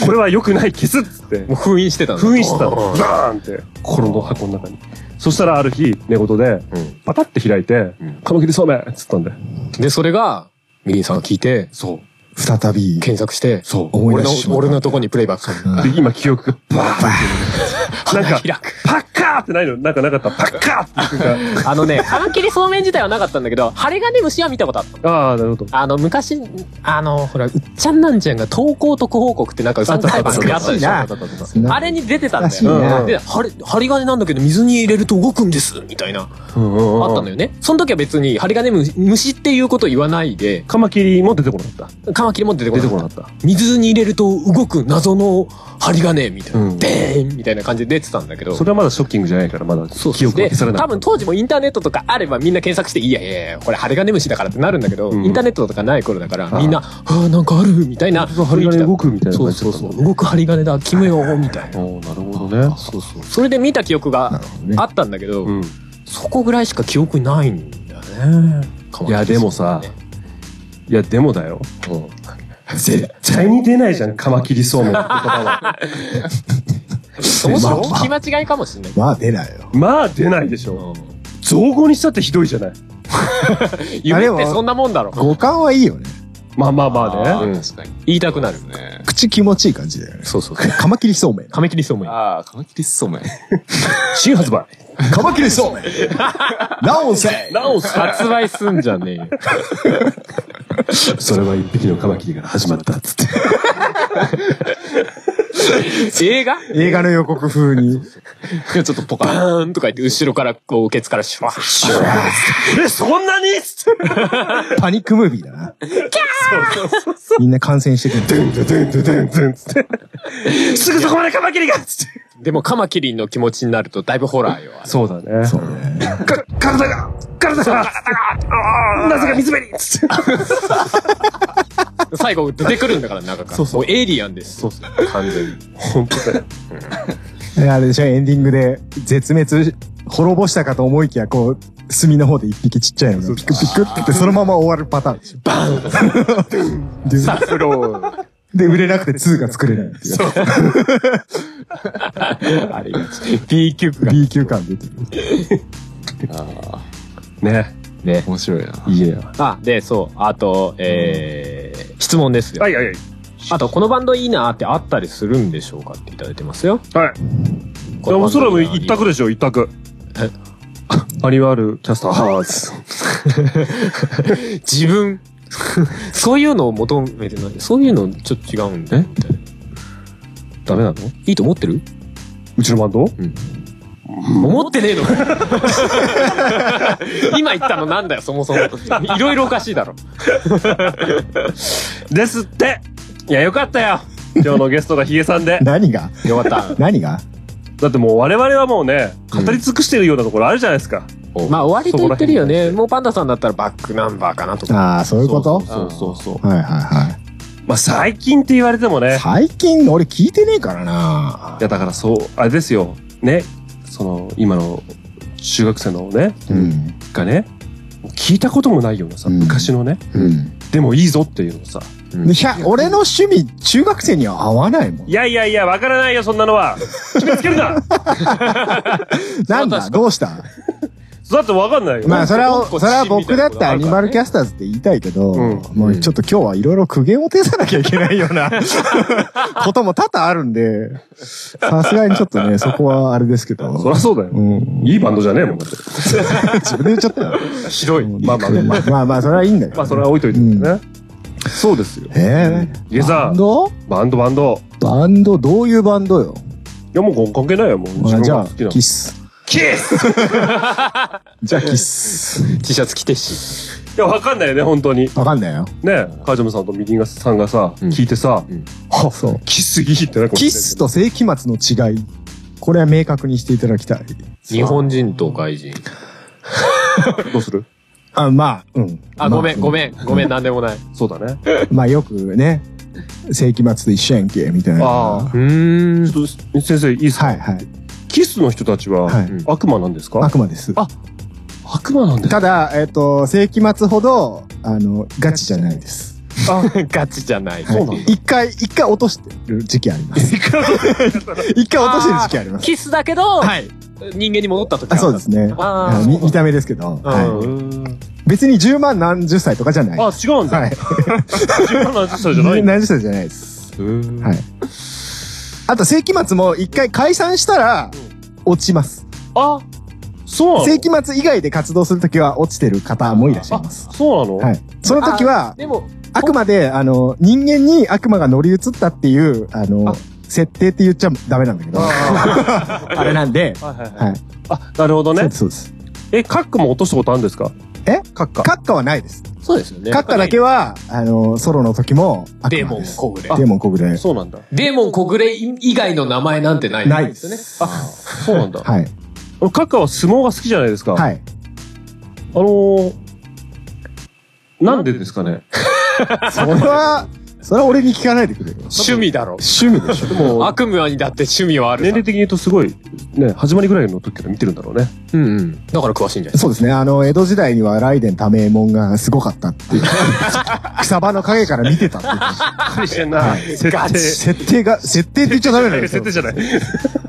Speaker 1: これは良くない消すっつって
Speaker 4: も。う封印してたんだ
Speaker 1: 封印してたの。バーンって。心の箱の中に。そしたらある日、寝言で、パタって開いて、カマキリそうめんっつったんだよ。
Speaker 4: で、それが、ミリンさんが聞いて、
Speaker 1: そう。
Speaker 3: 再び、
Speaker 4: 検索して、
Speaker 3: そう思い
Speaker 4: 俺
Speaker 3: 出
Speaker 4: の
Speaker 3: してし、まった
Speaker 4: 俺のとこにプレイバック。
Speaker 1: で、今記憶がバーンって。なんか、
Speaker 4: 開く。
Speaker 1: パッカーってないのなんかなかった。パッカーっていう瞬
Speaker 4: あのね、カマキリそうめん自体はなかったんだけど、ハリガネムシは見たことあった。
Speaker 1: 間。あ あ、なるほど。
Speaker 4: あの、昔、あの、ほら、うっちゃんなんちゃんが投稿特報告ってなんかうさんくさい番組あったでしょ。
Speaker 3: な
Speaker 4: あれに出てたんだ
Speaker 3: 懐
Speaker 4: よ。
Speaker 3: かしいな
Speaker 4: で、針、針金なんだけど水に入れると動くんですみたいな、
Speaker 1: うんうんうん
Speaker 4: あったのよね。その時は別に、針金虫虫っていうことを言わないで、
Speaker 1: カマキリも出てこなかっ
Speaker 4: カマキリも出て
Speaker 1: た。
Speaker 4: こ
Speaker 1: 出
Speaker 4: な
Speaker 1: て
Speaker 4: かっ
Speaker 1: こ
Speaker 4: た
Speaker 1: なかった。
Speaker 4: 水に入れると動く謎の針金みたいな、
Speaker 1: うん
Speaker 4: でーんみたいな感じで出てたんだけど
Speaker 1: そ。れはまだショッキングじゃないから、まだ記憶が
Speaker 4: で、
Speaker 1: 消されない。
Speaker 4: 多分当時もインターネットとかあればみんな検索して、いやいやいや、これ針金虫だからってなるんだけど、
Speaker 1: うん
Speaker 4: インターネットとかない頃だから、
Speaker 1: い
Speaker 4: みんな、ああ、なんかあるみたいな。
Speaker 1: 針金動くみたいな
Speaker 4: そう
Speaker 1: 感じ
Speaker 4: そ
Speaker 1: だ
Speaker 4: う
Speaker 1: った
Speaker 4: そ
Speaker 1: んだ
Speaker 4: う。動く針金だ、決めよう、みたいな。
Speaker 1: おーなるほどね。
Speaker 4: そうそう。それで見た記憶があったんだけど、
Speaker 1: うん。
Speaker 4: そこぐらいしか記憶にないんだよね。
Speaker 1: いや、でもさ、いや、でもだよ。絶対に出ないじゃん、カマキリそうめんって言葉は。
Speaker 4: そもそも
Speaker 3: まあまあ
Speaker 4: 聞き間違いかもしれない。
Speaker 3: まあ出ないよ。
Speaker 1: まあ、出ないでしょ。造語にしたってひどいじゃない。
Speaker 4: 夢ってそんなもんだろ。
Speaker 3: 五感はいいよね。
Speaker 1: まあまあまあね。
Speaker 2: ー確かに。
Speaker 4: 言いたくなる。
Speaker 2: ね
Speaker 3: 口気持ちいい感じだよね。
Speaker 4: そうそう。
Speaker 3: カマキリそうめん。
Speaker 4: カマキリそうめん。
Speaker 2: ああ、カマキリそうめん。
Speaker 1: 新発売。
Speaker 3: カマキリそうめん。ラオンセイ
Speaker 4: なお、発売すんじゃねえよ。
Speaker 1: それは一匹のカマキリから始まったっつって。
Speaker 4: 映画
Speaker 3: 映画の予告風に。
Speaker 2: ちょっとポカ
Speaker 4: バ
Speaker 2: ン。
Speaker 4: ーンとか言って、後ろから、こう、ケツからシュワッシュワッ
Speaker 1: え、そんなにっつって。
Speaker 3: パニックムービーだな。みんな感染してくる。
Speaker 1: ドゥンドゥンドゥンドゥンドゥンっつって。すぐそこまでカマキリがっつって。
Speaker 4: でも、カマキリンの気持ちになると、だいぶホラーよ。
Speaker 1: そうだね。
Speaker 3: そうね。
Speaker 1: か、体が、体が、なぜか水辺につって。
Speaker 4: 最後、出てくるんだから、中から。そうそう。エイリアンです。そうそう。完全に。
Speaker 1: 本当だよ。
Speaker 3: であれでしょ、エンディングで、絶滅、滅ぼしたかと思いきや、こう、炭の方で一匹ちっちゃいのが、ピクピクってって、そのまま終わるパターンでしょ。バンで
Speaker 4: サフロー。
Speaker 3: で、売れなくて2が作れないっていう。
Speaker 4: あれがち。B 級が。
Speaker 3: B 級感出てる。。
Speaker 1: ね。
Speaker 4: ね。
Speaker 2: 面白いな。
Speaker 1: いいや。
Speaker 4: あ、で、そう。あと、えー、質問ですよ。
Speaker 1: はいはいはい。
Speaker 4: あと、このバンドいいなーってあったりするんでしょうかっていただいてますよ。
Speaker 1: はい。いや、もうそれはもう一択
Speaker 4: で。
Speaker 1: でしょ、一択。
Speaker 4: え
Speaker 1: アニマルキャスターハーズ。
Speaker 4: 自分。 そういうのを求めてない。そういうのちょっと違うんだよ。みたいな
Speaker 1: ダメなの
Speaker 4: いいと思ってる
Speaker 1: うちのバンド
Speaker 4: 思ってねえのか 今言ったのなんだよ、そもそも。いろいろおかしいだろ。
Speaker 1: ですって
Speaker 4: いや、よかったよ。
Speaker 1: 今日のゲストがヒゲさんで
Speaker 3: 何が
Speaker 4: よか った。
Speaker 3: 何が
Speaker 1: だってもう我々はもうね、語り尽くしてるようなところあるじゃないですか。
Speaker 4: まあ、終わりと言ってるよね。もうパンダさんだったらバックナンバーかなとか。
Speaker 3: ああ、そういうこと
Speaker 1: そうそうそう。
Speaker 3: はいはいはい。
Speaker 1: まあ最近って言われてもね。
Speaker 3: 最近、俺聞いてねえからない
Speaker 1: やだからそう、あれですよ。ね。その、今の中学生のね、
Speaker 3: うん。
Speaker 1: がね、聞聞いたこともないようなさ、
Speaker 3: うん
Speaker 1: 昔のね、
Speaker 3: うん。
Speaker 1: でもいいぞっていうのをさ。
Speaker 3: でひゃ俺の趣味、中学生には合わないもん
Speaker 1: い。やいやいや、わからないよ、そんなのは。決めつける な
Speaker 3: なんだどうした
Speaker 1: だってわかんないよ。
Speaker 3: まあ、それは、
Speaker 4: なんか
Speaker 3: それは僕だってアニマルキャスターズって言いたいけど、
Speaker 1: うん
Speaker 3: もうちょっと今日はいろいろ苦言を呈さなきゃいけないような ことも多々あるんで、さすがにちょっとね、そこはあれですけど。
Speaker 1: そりゃそうだよ。
Speaker 3: うん。
Speaker 1: いいバンドじゃねえもん、だって。
Speaker 3: 自分で言っちゃった。
Speaker 1: ひどい。まあまあ
Speaker 3: うん
Speaker 1: まあ。
Speaker 3: まあまあ、それはいいんだけど。
Speaker 1: まあ、それは置いといて
Speaker 3: うん
Speaker 1: ね。そうですよ。
Speaker 3: え
Speaker 1: いや
Speaker 3: ー、バ
Speaker 1: さ
Speaker 3: ン、ド
Speaker 1: バンドバンド。
Speaker 3: バンド、どういうバンドよ。
Speaker 1: いや、もう関係ないよ、もう。
Speaker 3: ま
Speaker 1: 自
Speaker 3: あじ
Speaker 1: 分が
Speaker 3: ゃあ
Speaker 1: 好きな、の
Speaker 3: キス。
Speaker 1: キ ス
Speaker 3: じゃあ、キス。
Speaker 4: T シャツ着てし。
Speaker 1: いや、わかんないよね、本当に。
Speaker 3: わかんないよ。
Speaker 1: ねえ、カジョムさんとミリンガさんがさ、
Speaker 4: うん
Speaker 1: 聞いてさ、
Speaker 3: は、そう。
Speaker 1: キスいいってなんか
Speaker 3: キスと世紀末の違い。これは明確にしていただきたい。
Speaker 4: 日本人と外人。
Speaker 1: どうする
Speaker 3: あ、まあ、うん。
Speaker 4: あ、ごめん、ご
Speaker 3: ん。
Speaker 4: めん、ごめん、なんでもない。
Speaker 1: そうだね。
Speaker 3: まあよくね、世紀末と一緒やんけ、みたいな。
Speaker 1: ああ
Speaker 3: は
Speaker 4: うーん。
Speaker 1: ちょっと、先生、いいですか
Speaker 3: いはい。
Speaker 1: キスの人たちは
Speaker 3: はい
Speaker 1: うん悪魔なんですか
Speaker 3: 悪魔です。
Speaker 1: あ悪魔なんで
Speaker 3: ただ、えっ、と、世紀末ほど、あの、ガチじゃないです。
Speaker 4: ガチじゃない。
Speaker 3: はい
Speaker 1: そうなんだ
Speaker 3: 一回、一回落としてる時期あります。
Speaker 1: すか
Speaker 3: 一回落としてる時期あります。
Speaker 4: キスだけど、
Speaker 3: はい。
Speaker 4: 人間に戻った時
Speaker 3: あそうですね。
Speaker 4: あー
Speaker 3: はいみ見た目ですけど、
Speaker 1: う
Speaker 3: は
Speaker 1: ーん
Speaker 3: い。別に10万何十歳とかじゃない。
Speaker 1: あ、違うんだ。
Speaker 3: はい。
Speaker 1: 自分の話じゃないんだ。
Speaker 3: 何十歳じゃないです。
Speaker 1: うん
Speaker 3: はい。あと、世紀末も一回解散したら、落ちます。
Speaker 1: あ、そうな
Speaker 3: 世紀末以外で活動するときは落ちてる方もいらっしゃいま
Speaker 1: の
Speaker 3: す。
Speaker 1: そうなの
Speaker 3: はい。その時は、
Speaker 4: で も、
Speaker 3: あくまで、あの、人間に悪魔が乗り移ったっていう、あの、設定って言っちゃダメなんだけど、あれなんで、
Speaker 1: はいはいは。
Speaker 3: はいい。
Speaker 1: あ、なるほど
Speaker 3: そう
Speaker 1: ね
Speaker 3: で。す、そうです。
Speaker 1: え、カックも落としたことあるんですか
Speaker 3: え
Speaker 1: カッカ。
Speaker 3: 閣下はないです。
Speaker 4: そうですよね。
Speaker 3: 閣下だけは、あの、ソロの時も悪魔
Speaker 4: デーモン
Speaker 3: です。
Speaker 4: 小暮。
Speaker 3: デーモン小暮。
Speaker 1: そうなんだ。
Speaker 4: デーモン小暮以外の名前なんてない。
Speaker 3: ないですね。
Speaker 1: あ、そうなんだ。
Speaker 3: はい。
Speaker 1: カッカは相撲が好きじゃないですか。い。
Speaker 3: はい。
Speaker 1: あのー、なんでですかね。
Speaker 3: それは、それは俺に聞かないでくれよ。
Speaker 4: 趣味だろ。
Speaker 3: 趣味でしょ。
Speaker 1: もう、
Speaker 4: 悪魔にだって趣味はある
Speaker 1: 年
Speaker 4: さ。
Speaker 1: 齢的に言うとすごい、ね、始まりぐらいの時から見てるんだろうね。
Speaker 4: うんうん。だから詳しいんじゃない
Speaker 3: そうですね。あの、江戸時代には雷電多名門がすごかったっていう。草場の影から見てたっていう。
Speaker 1: 彼氏な、設
Speaker 3: ガチ
Speaker 1: 定。
Speaker 3: 設定が、設定って言っちゃダメなんです
Speaker 1: 設
Speaker 3: よ
Speaker 1: 定。じゃない。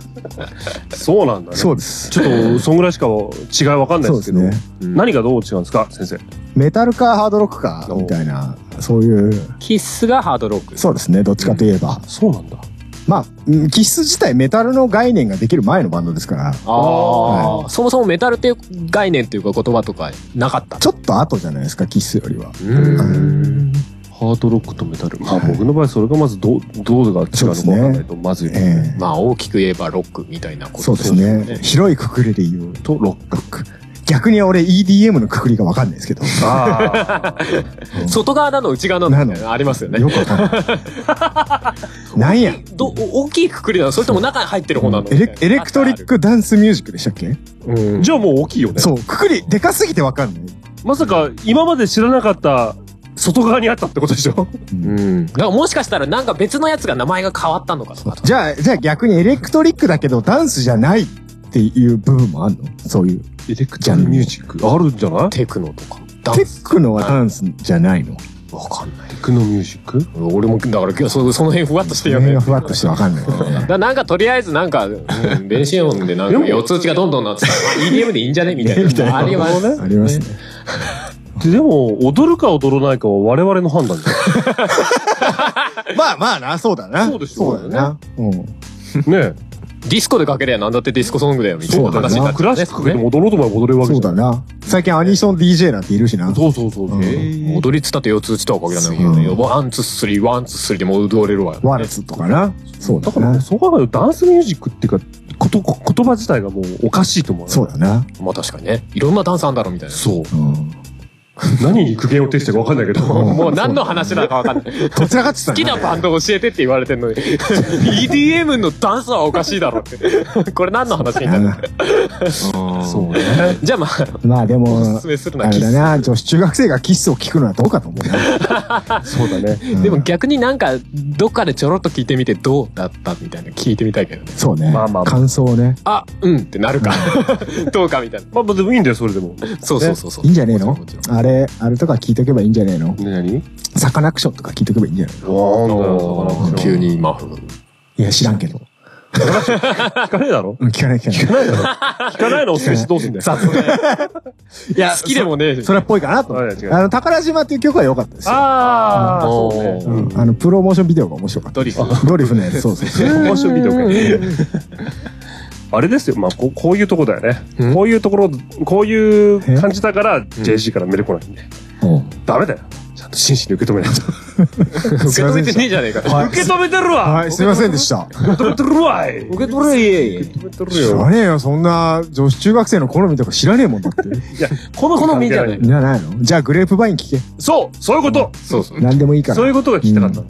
Speaker 1: そうなんだね。
Speaker 3: そうです。
Speaker 1: ちょっと、そんぐらいしか違いわかんない
Speaker 3: そう
Speaker 1: で
Speaker 3: ですす
Speaker 1: けど、
Speaker 3: ね。
Speaker 1: 何がどう違うんですか、先生。
Speaker 3: メタルかハードロックか、みたいな、そういう、
Speaker 4: キスがハードロック。
Speaker 3: そうですね。どっちかといえば。
Speaker 1: そうなんだ。
Speaker 3: まあ、うん気質自体メタルの概念ができる前のバンドですから、
Speaker 4: ああ、そもそもメタルっていう概念というか言葉とかなかった。
Speaker 3: ちょっと後じゃないですか、キスよりは。
Speaker 4: うーん。
Speaker 1: ハードロックとメタル。まあ、
Speaker 3: はい
Speaker 1: 僕の場合、それがまずどう、どうが違うのかわかんないと、まずい、
Speaker 3: ええ
Speaker 4: まあ大きく言えばロックみたいなこと
Speaker 3: そうですね。。広いくくりで言う。
Speaker 1: と、ロック。
Speaker 3: 逆に俺 EDM のくくりがわかんないですけど。
Speaker 1: ああ。
Speaker 4: 外側なの内側なのみたいなのありますよね
Speaker 3: よ。くわかんない。なんや。
Speaker 4: ど大きいくくりなのそれとも中に入ってる方なの
Speaker 3: エレエレクトリッ。クダンスミュージックでしたっけ
Speaker 4: うん
Speaker 1: じゃあもう大きいよね。
Speaker 3: そう、くくり、でかすぎてわかんない。
Speaker 1: まさか、今まで知らなかった、外側にあったってことでしょ
Speaker 4: うん。だからもしかしたらなんか別のやつが名前が変わったのかとか。
Speaker 3: じゃあ、じゃあ逆にエレクトリックだけどダンスじゃないっていう部分もあんのそういう。
Speaker 1: エレクトリミュージック。あるんじゃないテ
Speaker 4: テクノとか。ダ
Speaker 3: テ
Speaker 4: ンス。
Speaker 3: ックのはダンスじゃないの。
Speaker 4: わかんない。
Speaker 1: クノミュージック
Speaker 4: 俺も、だから今日そその辺ふわっとして
Speaker 3: そ
Speaker 4: るよね
Speaker 3: の辺が。ふわっとしてわかんないよね
Speaker 4: だ。からなんかとりあえずなんか、うん、電子音でなん
Speaker 1: でも
Speaker 4: か四つ打ちがどんどんなってたら、まあ EDM でいいんじゃねみたい
Speaker 3: みたい
Speaker 4: な。
Speaker 3: な
Speaker 4: あります。
Speaker 3: ありますね。
Speaker 1: ででも、踊るか踊らないかは我々の判断 だ
Speaker 3: まあまあな、そうだな。
Speaker 1: そうでしょ
Speaker 3: そうだな。うん。
Speaker 1: よ。ね
Speaker 4: ディスコでかけりゃなんだってディスコソングだよ、みたいな
Speaker 3: そうだ
Speaker 4: 話
Speaker 3: な
Speaker 4: にな
Speaker 1: え。
Speaker 4: っ
Speaker 1: ク
Speaker 4: て
Speaker 1: ラ
Speaker 4: た
Speaker 1: シ
Speaker 4: ね
Speaker 1: ックでも踊ろうとも踊れるわけ
Speaker 3: そう
Speaker 1: じゃ
Speaker 3: だ
Speaker 1: ん。
Speaker 3: な。最近アニソン DJ なんているしな。
Speaker 1: そうそうそうそう。
Speaker 3: うん
Speaker 4: 踊りっつったって四つ打ちとはかけらない
Speaker 3: そう
Speaker 4: よね。ワン、ツー、スリー、ワン、ツー、スリーでもう踊れるわよ。
Speaker 3: ワルツとかな。そうだ
Speaker 1: だから、
Speaker 3: な。
Speaker 1: そう考えるとダンスミュージックっていうか、こと、言葉自体がもうおかしいと思う。
Speaker 3: そうだな。
Speaker 4: まあ確かにね。いろんなダンスあんだろ、みたいな。
Speaker 1: そう。
Speaker 3: うん。
Speaker 1: 何に苦言を呈してるか分かんないけど。
Speaker 4: もう何の話なのかわかんない。
Speaker 3: どちらかって言
Speaker 4: 好
Speaker 3: った
Speaker 4: き
Speaker 3: ら
Speaker 4: なバンド教えてって言われてんのに、EDM のダンスはおかしいだろって。これ何の話になる
Speaker 3: そうね。
Speaker 4: じゃあまあ、
Speaker 3: まあで
Speaker 4: お
Speaker 3: も
Speaker 4: すす、めするの
Speaker 3: あ
Speaker 4: は
Speaker 3: れ
Speaker 4: キ
Speaker 3: だ
Speaker 4: ス。
Speaker 3: な、女子中学生がキスを聞くのはどうかと思うな。
Speaker 1: そうだね。
Speaker 3: うん
Speaker 4: でも、逆になんか、どっかでちょろっと聞いてみてどうだったみたいな聞いてみたいけどね。
Speaker 3: そうね。
Speaker 1: まあまあ
Speaker 3: 感想をね。
Speaker 4: あ、うんってなるか。どうかみたいな。
Speaker 1: まあ、でもいいんだよ、それでも。
Speaker 4: そうそうそうそう。
Speaker 3: いいんじゃねえの
Speaker 4: もちろんもちろん
Speaker 3: あれ、あれとか聞いとけばいいんじゃねえの
Speaker 1: ね、何
Speaker 3: サカナクションとか聞いとけばいいんじゃないの
Speaker 1: わ
Speaker 4: 急。に今風。
Speaker 3: いや、知らんけど。
Speaker 1: 聞かねえだろ
Speaker 3: うん、聞かない聞かない。
Speaker 1: 聞かないのおすしどうすんだよ。
Speaker 4: いや、好きでもねえし。
Speaker 3: それっぽいかなと思
Speaker 1: はい違
Speaker 3: う。
Speaker 1: う
Speaker 3: あの、宝島っていう曲は良かったですよ。
Speaker 1: ああ、そうね。
Speaker 4: ー
Speaker 3: うんあの、プロモーションビデオが面白かった。
Speaker 4: ドリフ。
Speaker 3: ドリフのやつ、そう そうそう。
Speaker 1: モーションビデオか。あれですよ、まあこう、こういうとこだよ
Speaker 4: う
Speaker 1: ね。
Speaker 4: ん
Speaker 1: こういうところ、こういう感じだから、JG からメール来ないんで。ダメだよ。ちゃんと真摯に受け止めないと。
Speaker 4: 受け止めてねえじゃねえか。
Speaker 3: はい
Speaker 1: 受け止めてるわ
Speaker 3: はい、すいませんでした。
Speaker 1: 受け止めてるわい受
Speaker 4: け止めてねえ
Speaker 1: け止めて
Speaker 3: 知
Speaker 1: る
Speaker 3: ら
Speaker 1: よ。
Speaker 3: ねえよ、そんな女子中学生の好みとか知らねえもんだって。
Speaker 1: いや、この
Speaker 4: 好みじゃない
Speaker 3: いらないのじゃあグレープバイン聞
Speaker 1: そうそういうこと
Speaker 4: そうそう
Speaker 3: け。。何でもいいから。
Speaker 1: そういうことが聞きたかったの。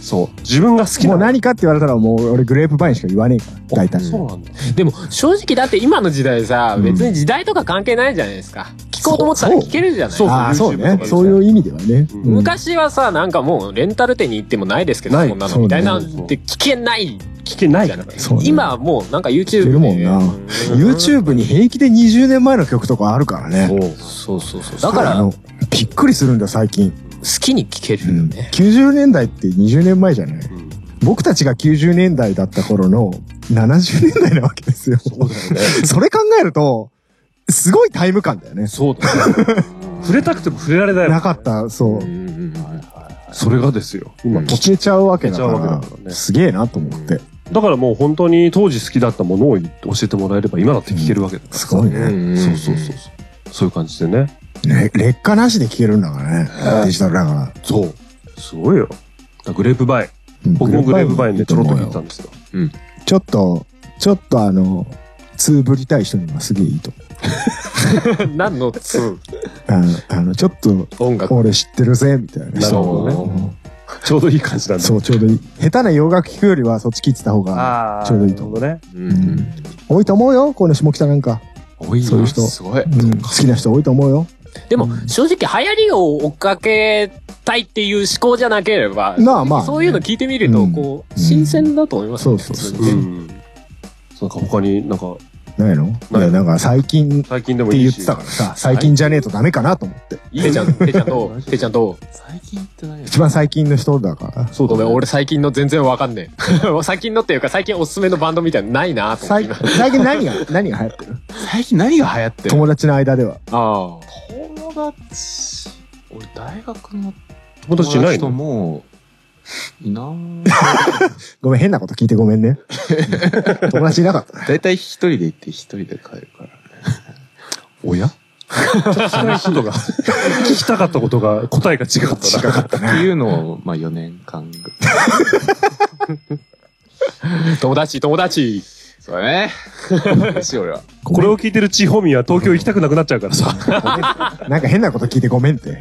Speaker 1: そう。自分が好き
Speaker 3: も
Speaker 1: な
Speaker 3: う何かって言われたらもう俺グレープバインしか言わねえから、大体。
Speaker 1: そうなんだ。
Speaker 4: でも正直だって今の時代さ、
Speaker 3: うん
Speaker 4: 別に時代とか関係ないじゃないですか。聞こうと思ったら聞けるじゃない
Speaker 1: そう
Speaker 3: ああ、そう
Speaker 1: YouTube と
Speaker 3: ね
Speaker 1: か。で
Speaker 3: そういう意味ではね。
Speaker 1: うん
Speaker 3: うん
Speaker 4: 昔はさ、なんかもうレンタル店に行ってもないですけど、
Speaker 3: ない
Speaker 4: そんな
Speaker 3: そ
Speaker 4: の
Speaker 3: うね
Speaker 4: みたいなんで聞けない
Speaker 1: 聞けない
Speaker 4: じゃない。
Speaker 3: そうね
Speaker 4: 今はもうなんか YouTube
Speaker 3: 聞け
Speaker 4: で。
Speaker 3: るもんな
Speaker 4: う
Speaker 3: YouTube に平気で20年前の曲とかあるからね。
Speaker 4: そうそうそう。だから
Speaker 3: あ
Speaker 4: 好
Speaker 3: の、びっくりするんだよ、最近。
Speaker 4: きに聞けるよね。
Speaker 3: 90年代って20年前じゃない
Speaker 1: ん
Speaker 3: 僕たちが90年代だった頃の70年代なわけですよ。そうだよね。 それ考えると、すごいタイム感だよね。
Speaker 1: そうだね。触れたくても触れられないもん
Speaker 3: なかった、そう。
Speaker 4: うんうんうん
Speaker 1: それがですよ。今、
Speaker 3: 消えちゃうわけだか
Speaker 1: 消えちゃうわけだから
Speaker 3: ら、
Speaker 1: ね
Speaker 3: すげえなと思って。
Speaker 1: だからもう本当に当時好きだったものを教えてもらえれば今だって聞けるわけだから
Speaker 3: すごいね。
Speaker 4: うん
Speaker 1: そうそうそうそう。そういう感じでね。
Speaker 3: ね劣化なしで聴けるんだからね。デジタルだから。
Speaker 1: そう。すごいよ。だからグレープバイン。
Speaker 3: うん
Speaker 1: 僕もグレープバインでちょろっと聞いたんですよ。
Speaker 3: ちょっと、ちょっとあの、つぶりたい人にはすげえいいと思う。
Speaker 4: うん。何のつ
Speaker 3: あの、あのちょっと、
Speaker 4: 音楽。
Speaker 3: 俺知ってるぜ、みたいな
Speaker 1: なる
Speaker 3: 人。
Speaker 1: ほどね。
Speaker 3: うん
Speaker 1: ちょうどいい感じなんだ。
Speaker 3: そう、ちょうどいい。下手な洋楽聴くよりは、そっち聴いてた方が、
Speaker 1: ああ、
Speaker 3: ちょうどいいと
Speaker 1: なるほどね。
Speaker 4: うん
Speaker 3: 多いと思うよ、この下北なんか。
Speaker 2: 多いな
Speaker 3: そういう人
Speaker 2: すごい。
Speaker 3: うん好きな人多いと思うよ。
Speaker 4: でも正直流行りを追っかけたいっていう思考じゃなければ、
Speaker 3: まあまあ。
Speaker 4: そういうの聞いてみると、
Speaker 3: うん
Speaker 4: こ
Speaker 3: う
Speaker 4: う、
Speaker 3: ん
Speaker 4: 新鮮だと思いますね。
Speaker 3: そうそうそう
Speaker 4: 普通にね
Speaker 1: ん。そうなんか他になんか
Speaker 3: ないのいや、なんか最近っ
Speaker 1: 最近でも
Speaker 3: て
Speaker 1: い
Speaker 3: 言
Speaker 1: い
Speaker 3: っ
Speaker 1: し。
Speaker 3: てたからさ、最近じゃねえとダメかなと思って。
Speaker 4: てっちゃん、てっちゃんどうてっちゃんどう
Speaker 2: 最近ってないよ
Speaker 3: 一番最近の人だから。
Speaker 1: そう
Speaker 4: ご
Speaker 1: だ
Speaker 4: め
Speaker 1: ね。
Speaker 4: ん、俺最近の全然わかんねえ。 最近のっていうか、最近おすすめのバンドみたいなのないなと思って
Speaker 3: 最
Speaker 4: 今。
Speaker 3: 最近何が、何が流行ってる
Speaker 2: 最近何が流行ってる
Speaker 3: 友達の間では。
Speaker 4: ああ。
Speaker 2: 友達、俺大学の
Speaker 1: 友達いない
Speaker 2: と
Speaker 1: の
Speaker 2: もう、いない。
Speaker 3: ごめん、変なこと聞いてごめ んね。うん友達いなかったね。
Speaker 2: だいたい一人で行って一人で帰るからね。
Speaker 1: おや 聞きたかったことが答えが違ったな。
Speaker 2: っていうのを、まあ4年間ぐらい。
Speaker 4: 友達、友 達。
Speaker 2: そうだね。嬉しい俺は。
Speaker 1: これを聞いてる地方民は東京行きたくなくなっちゃうからさ。
Speaker 3: なんか変なこと聞いてごめんって。
Speaker 2: い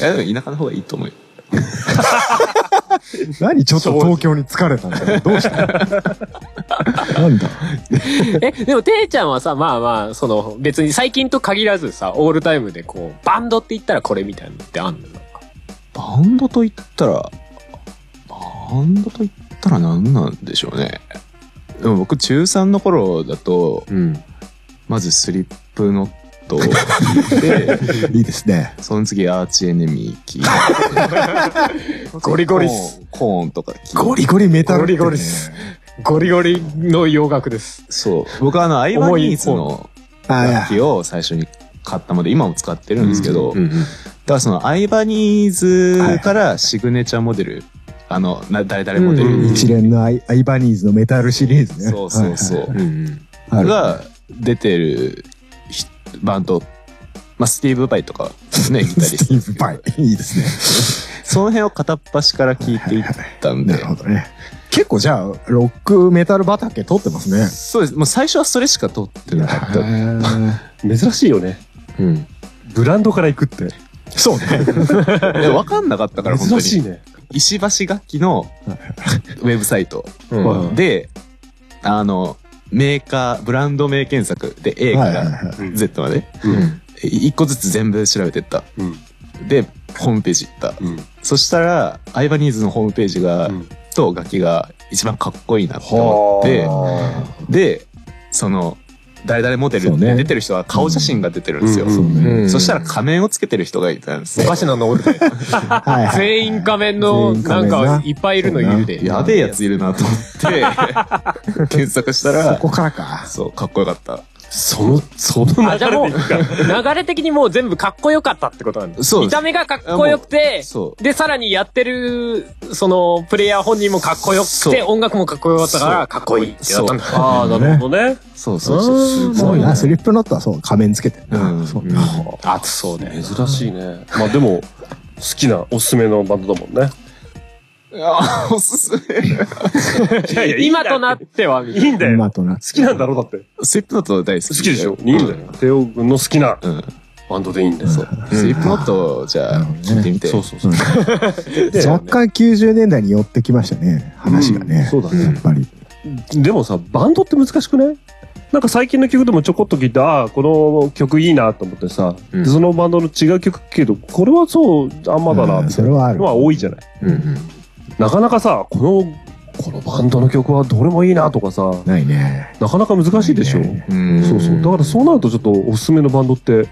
Speaker 2: や、でも田舎の方がいいと思うよ。
Speaker 3: 何ちょっと東京に疲れたんだよ。どうしたのなんだ
Speaker 4: え、でも、ていちゃんはさ、まあまあ、その、別に最近と限らずさ、オールタイムでこう、バンドって言ったらこれみたいなのってあんのなんか
Speaker 2: バンドと言ったら、バンドと言ったら何なんでしょうね。でも僕中3の頃だと、
Speaker 4: うん。
Speaker 2: まずスリップノットを聞い て、
Speaker 3: いいですね。
Speaker 2: その次アーチエネミー聞いて、
Speaker 4: ゴリゴリっす
Speaker 2: コーン。コーンとか聞いて。
Speaker 3: ゴリゴリメタル、
Speaker 4: ゴリゴリっす。ゴリゴリの洋楽です。
Speaker 2: そう。僕はあの、アイバニーズの
Speaker 3: あ
Speaker 2: 楽
Speaker 3: あ、
Speaker 2: 器を最初に買ったので、今も使ってるんですけど、
Speaker 4: んうん。
Speaker 2: だからそのアイバニーズからシグネチャーモデル、あの、な誰々モデル
Speaker 4: うん
Speaker 2: に、
Speaker 3: 一連のアイアイバニーズのメタルシリーズね。
Speaker 2: そうそうそう、
Speaker 3: はい
Speaker 4: うん
Speaker 3: はいはいあ
Speaker 2: が出てるひバンド、まあ、スティーブ・バイとか ね、ギタ
Speaker 3: る。
Speaker 2: リス
Speaker 3: ステ
Speaker 2: トで
Speaker 3: ィ
Speaker 2: す
Speaker 3: ーブ・
Speaker 2: けど
Speaker 3: パイ。いいですね。
Speaker 2: その辺を片っ端から聞いていったんで
Speaker 3: なる、ほどね。結構じゃあ、ロックメタル畑取ってますね。
Speaker 2: そうです。もう最初はそれしか通ってなかっ
Speaker 3: へー
Speaker 1: 珍しいよね。
Speaker 2: た。うん。
Speaker 1: ブランドから行くって。
Speaker 3: そうね。
Speaker 2: いやわかんなかったから、本当
Speaker 1: 珍
Speaker 2: に。
Speaker 1: しいね。
Speaker 2: 石橋楽器のウェブサイト
Speaker 4: うん
Speaker 1: はい
Speaker 2: で、あの、メーカー、ブランド名検索で A か
Speaker 3: はいはい
Speaker 2: ら
Speaker 3: は
Speaker 2: Z まで、
Speaker 1: うん
Speaker 2: 一個ずつ全部調べてった。
Speaker 1: うん。
Speaker 2: で、ホームページ行った。
Speaker 1: うん。
Speaker 2: そしたら、アイバニーズのホームページが、
Speaker 1: うん
Speaker 2: と楽器が一番かっこいいなって思って、で、その、誰々モデル
Speaker 3: そう
Speaker 2: って
Speaker 3: ね
Speaker 2: 出てる人は顔写真が出てるんですよ。
Speaker 1: うんうん
Speaker 4: うん
Speaker 2: そしたら仮面をつけてる人がいたんです
Speaker 4: お
Speaker 2: よ。
Speaker 4: かしなのおるね
Speaker 3: はいはい
Speaker 4: 全員仮面の、
Speaker 3: 全員
Speaker 4: な
Speaker 3: 仮
Speaker 4: ん
Speaker 3: 面な
Speaker 4: か、いっぱいいるのいるで。
Speaker 2: やべえやついるなと 思って、検索し
Speaker 3: そ
Speaker 2: たら、
Speaker 3: こからか。
Speaker 2: そう、かっこよかった。
Speaker 1: その、その
Speaker 4: あ、じゃあもう、流れ的にもう全部かっこよかったってことなんです。
Speaker 2: そうです
Speaker 4: 見た目がかっこよくて、
Speaker 2: そ
Speaker 4: で、さらにやってる、その、プレイヤー本人もかっこよく
Speaker 2: そう
Speaker 4: て、音楽もかっこよかったから、かっこいいってなったんだ。
Speaker 1: ああ、なるほどね。
Speaker 2: う。そうそうそう。
Speaker 3: すごいな。スリップノットはそう、仮面つけてるな
Speaker 2: うん
Speaker 3: そう
Speaker 2: うん
Speaker 4: あ、そうね。
Speaker 1: 珍しいね。まあでも、好きなおすすめのバンドだもんね。
Speaker 2: あーおすすめ。
Speaker 1: いやいや
Speaker 4: 今となっ
Speaker 1: い
Speaker 4: ては、みたい
Speaker 1: いんだよ。
Speaker 3: 今
Speaker 1: 好
Speaker 3: とな。
Speaker 1: きなんだろうだって。
Speaker 2: スリップノット大好き。
Speaker 1: 好きでしょいいんだよ。テオ君の好きな
Speaker 2: うん。
Speaker 1: バンドでいいんだよ。
Speaker 2: そう。スリップノットをじゃあ、聞いてみて。
Speaker 1: そうそうそう。 で
Speaker 3: 若干90年代に寄ってきましたね。話が
Speaker 1: うん
Speaker 3: ね。
Speaker 1: そうだね
Speaker 3: やっぱり。
Speaker 1: でもさ、バンドって難しくないなんか最近の曲でもちょこっと聞いて、ああ、この曲いいなと思ってさ、
Speaker 2: うん
Speaker 1: でそのバンドの違う曲聞くけど、これはそう、あんまだな、
Speaker 3: うん
Speaker 1: みた
Speaker 3: そ
Speaker 1: い
Speaker 3: れ
Speaker 1: な
Speaker 3: はある
Speaker 1: の。は多いじゃない。
Speaker 2: うんうん。
Speaker 1: なかなかさ、この、このバンドの曲はどれもいいなとかさ、
Speaker 3: ないね。
Speaker 1: なかなか難しいでしょ。
Speaker 3: ないね
Speaker 2: うん
Speaker 1: そうそう。だからそうなるとちょっとおすすめのバンドって、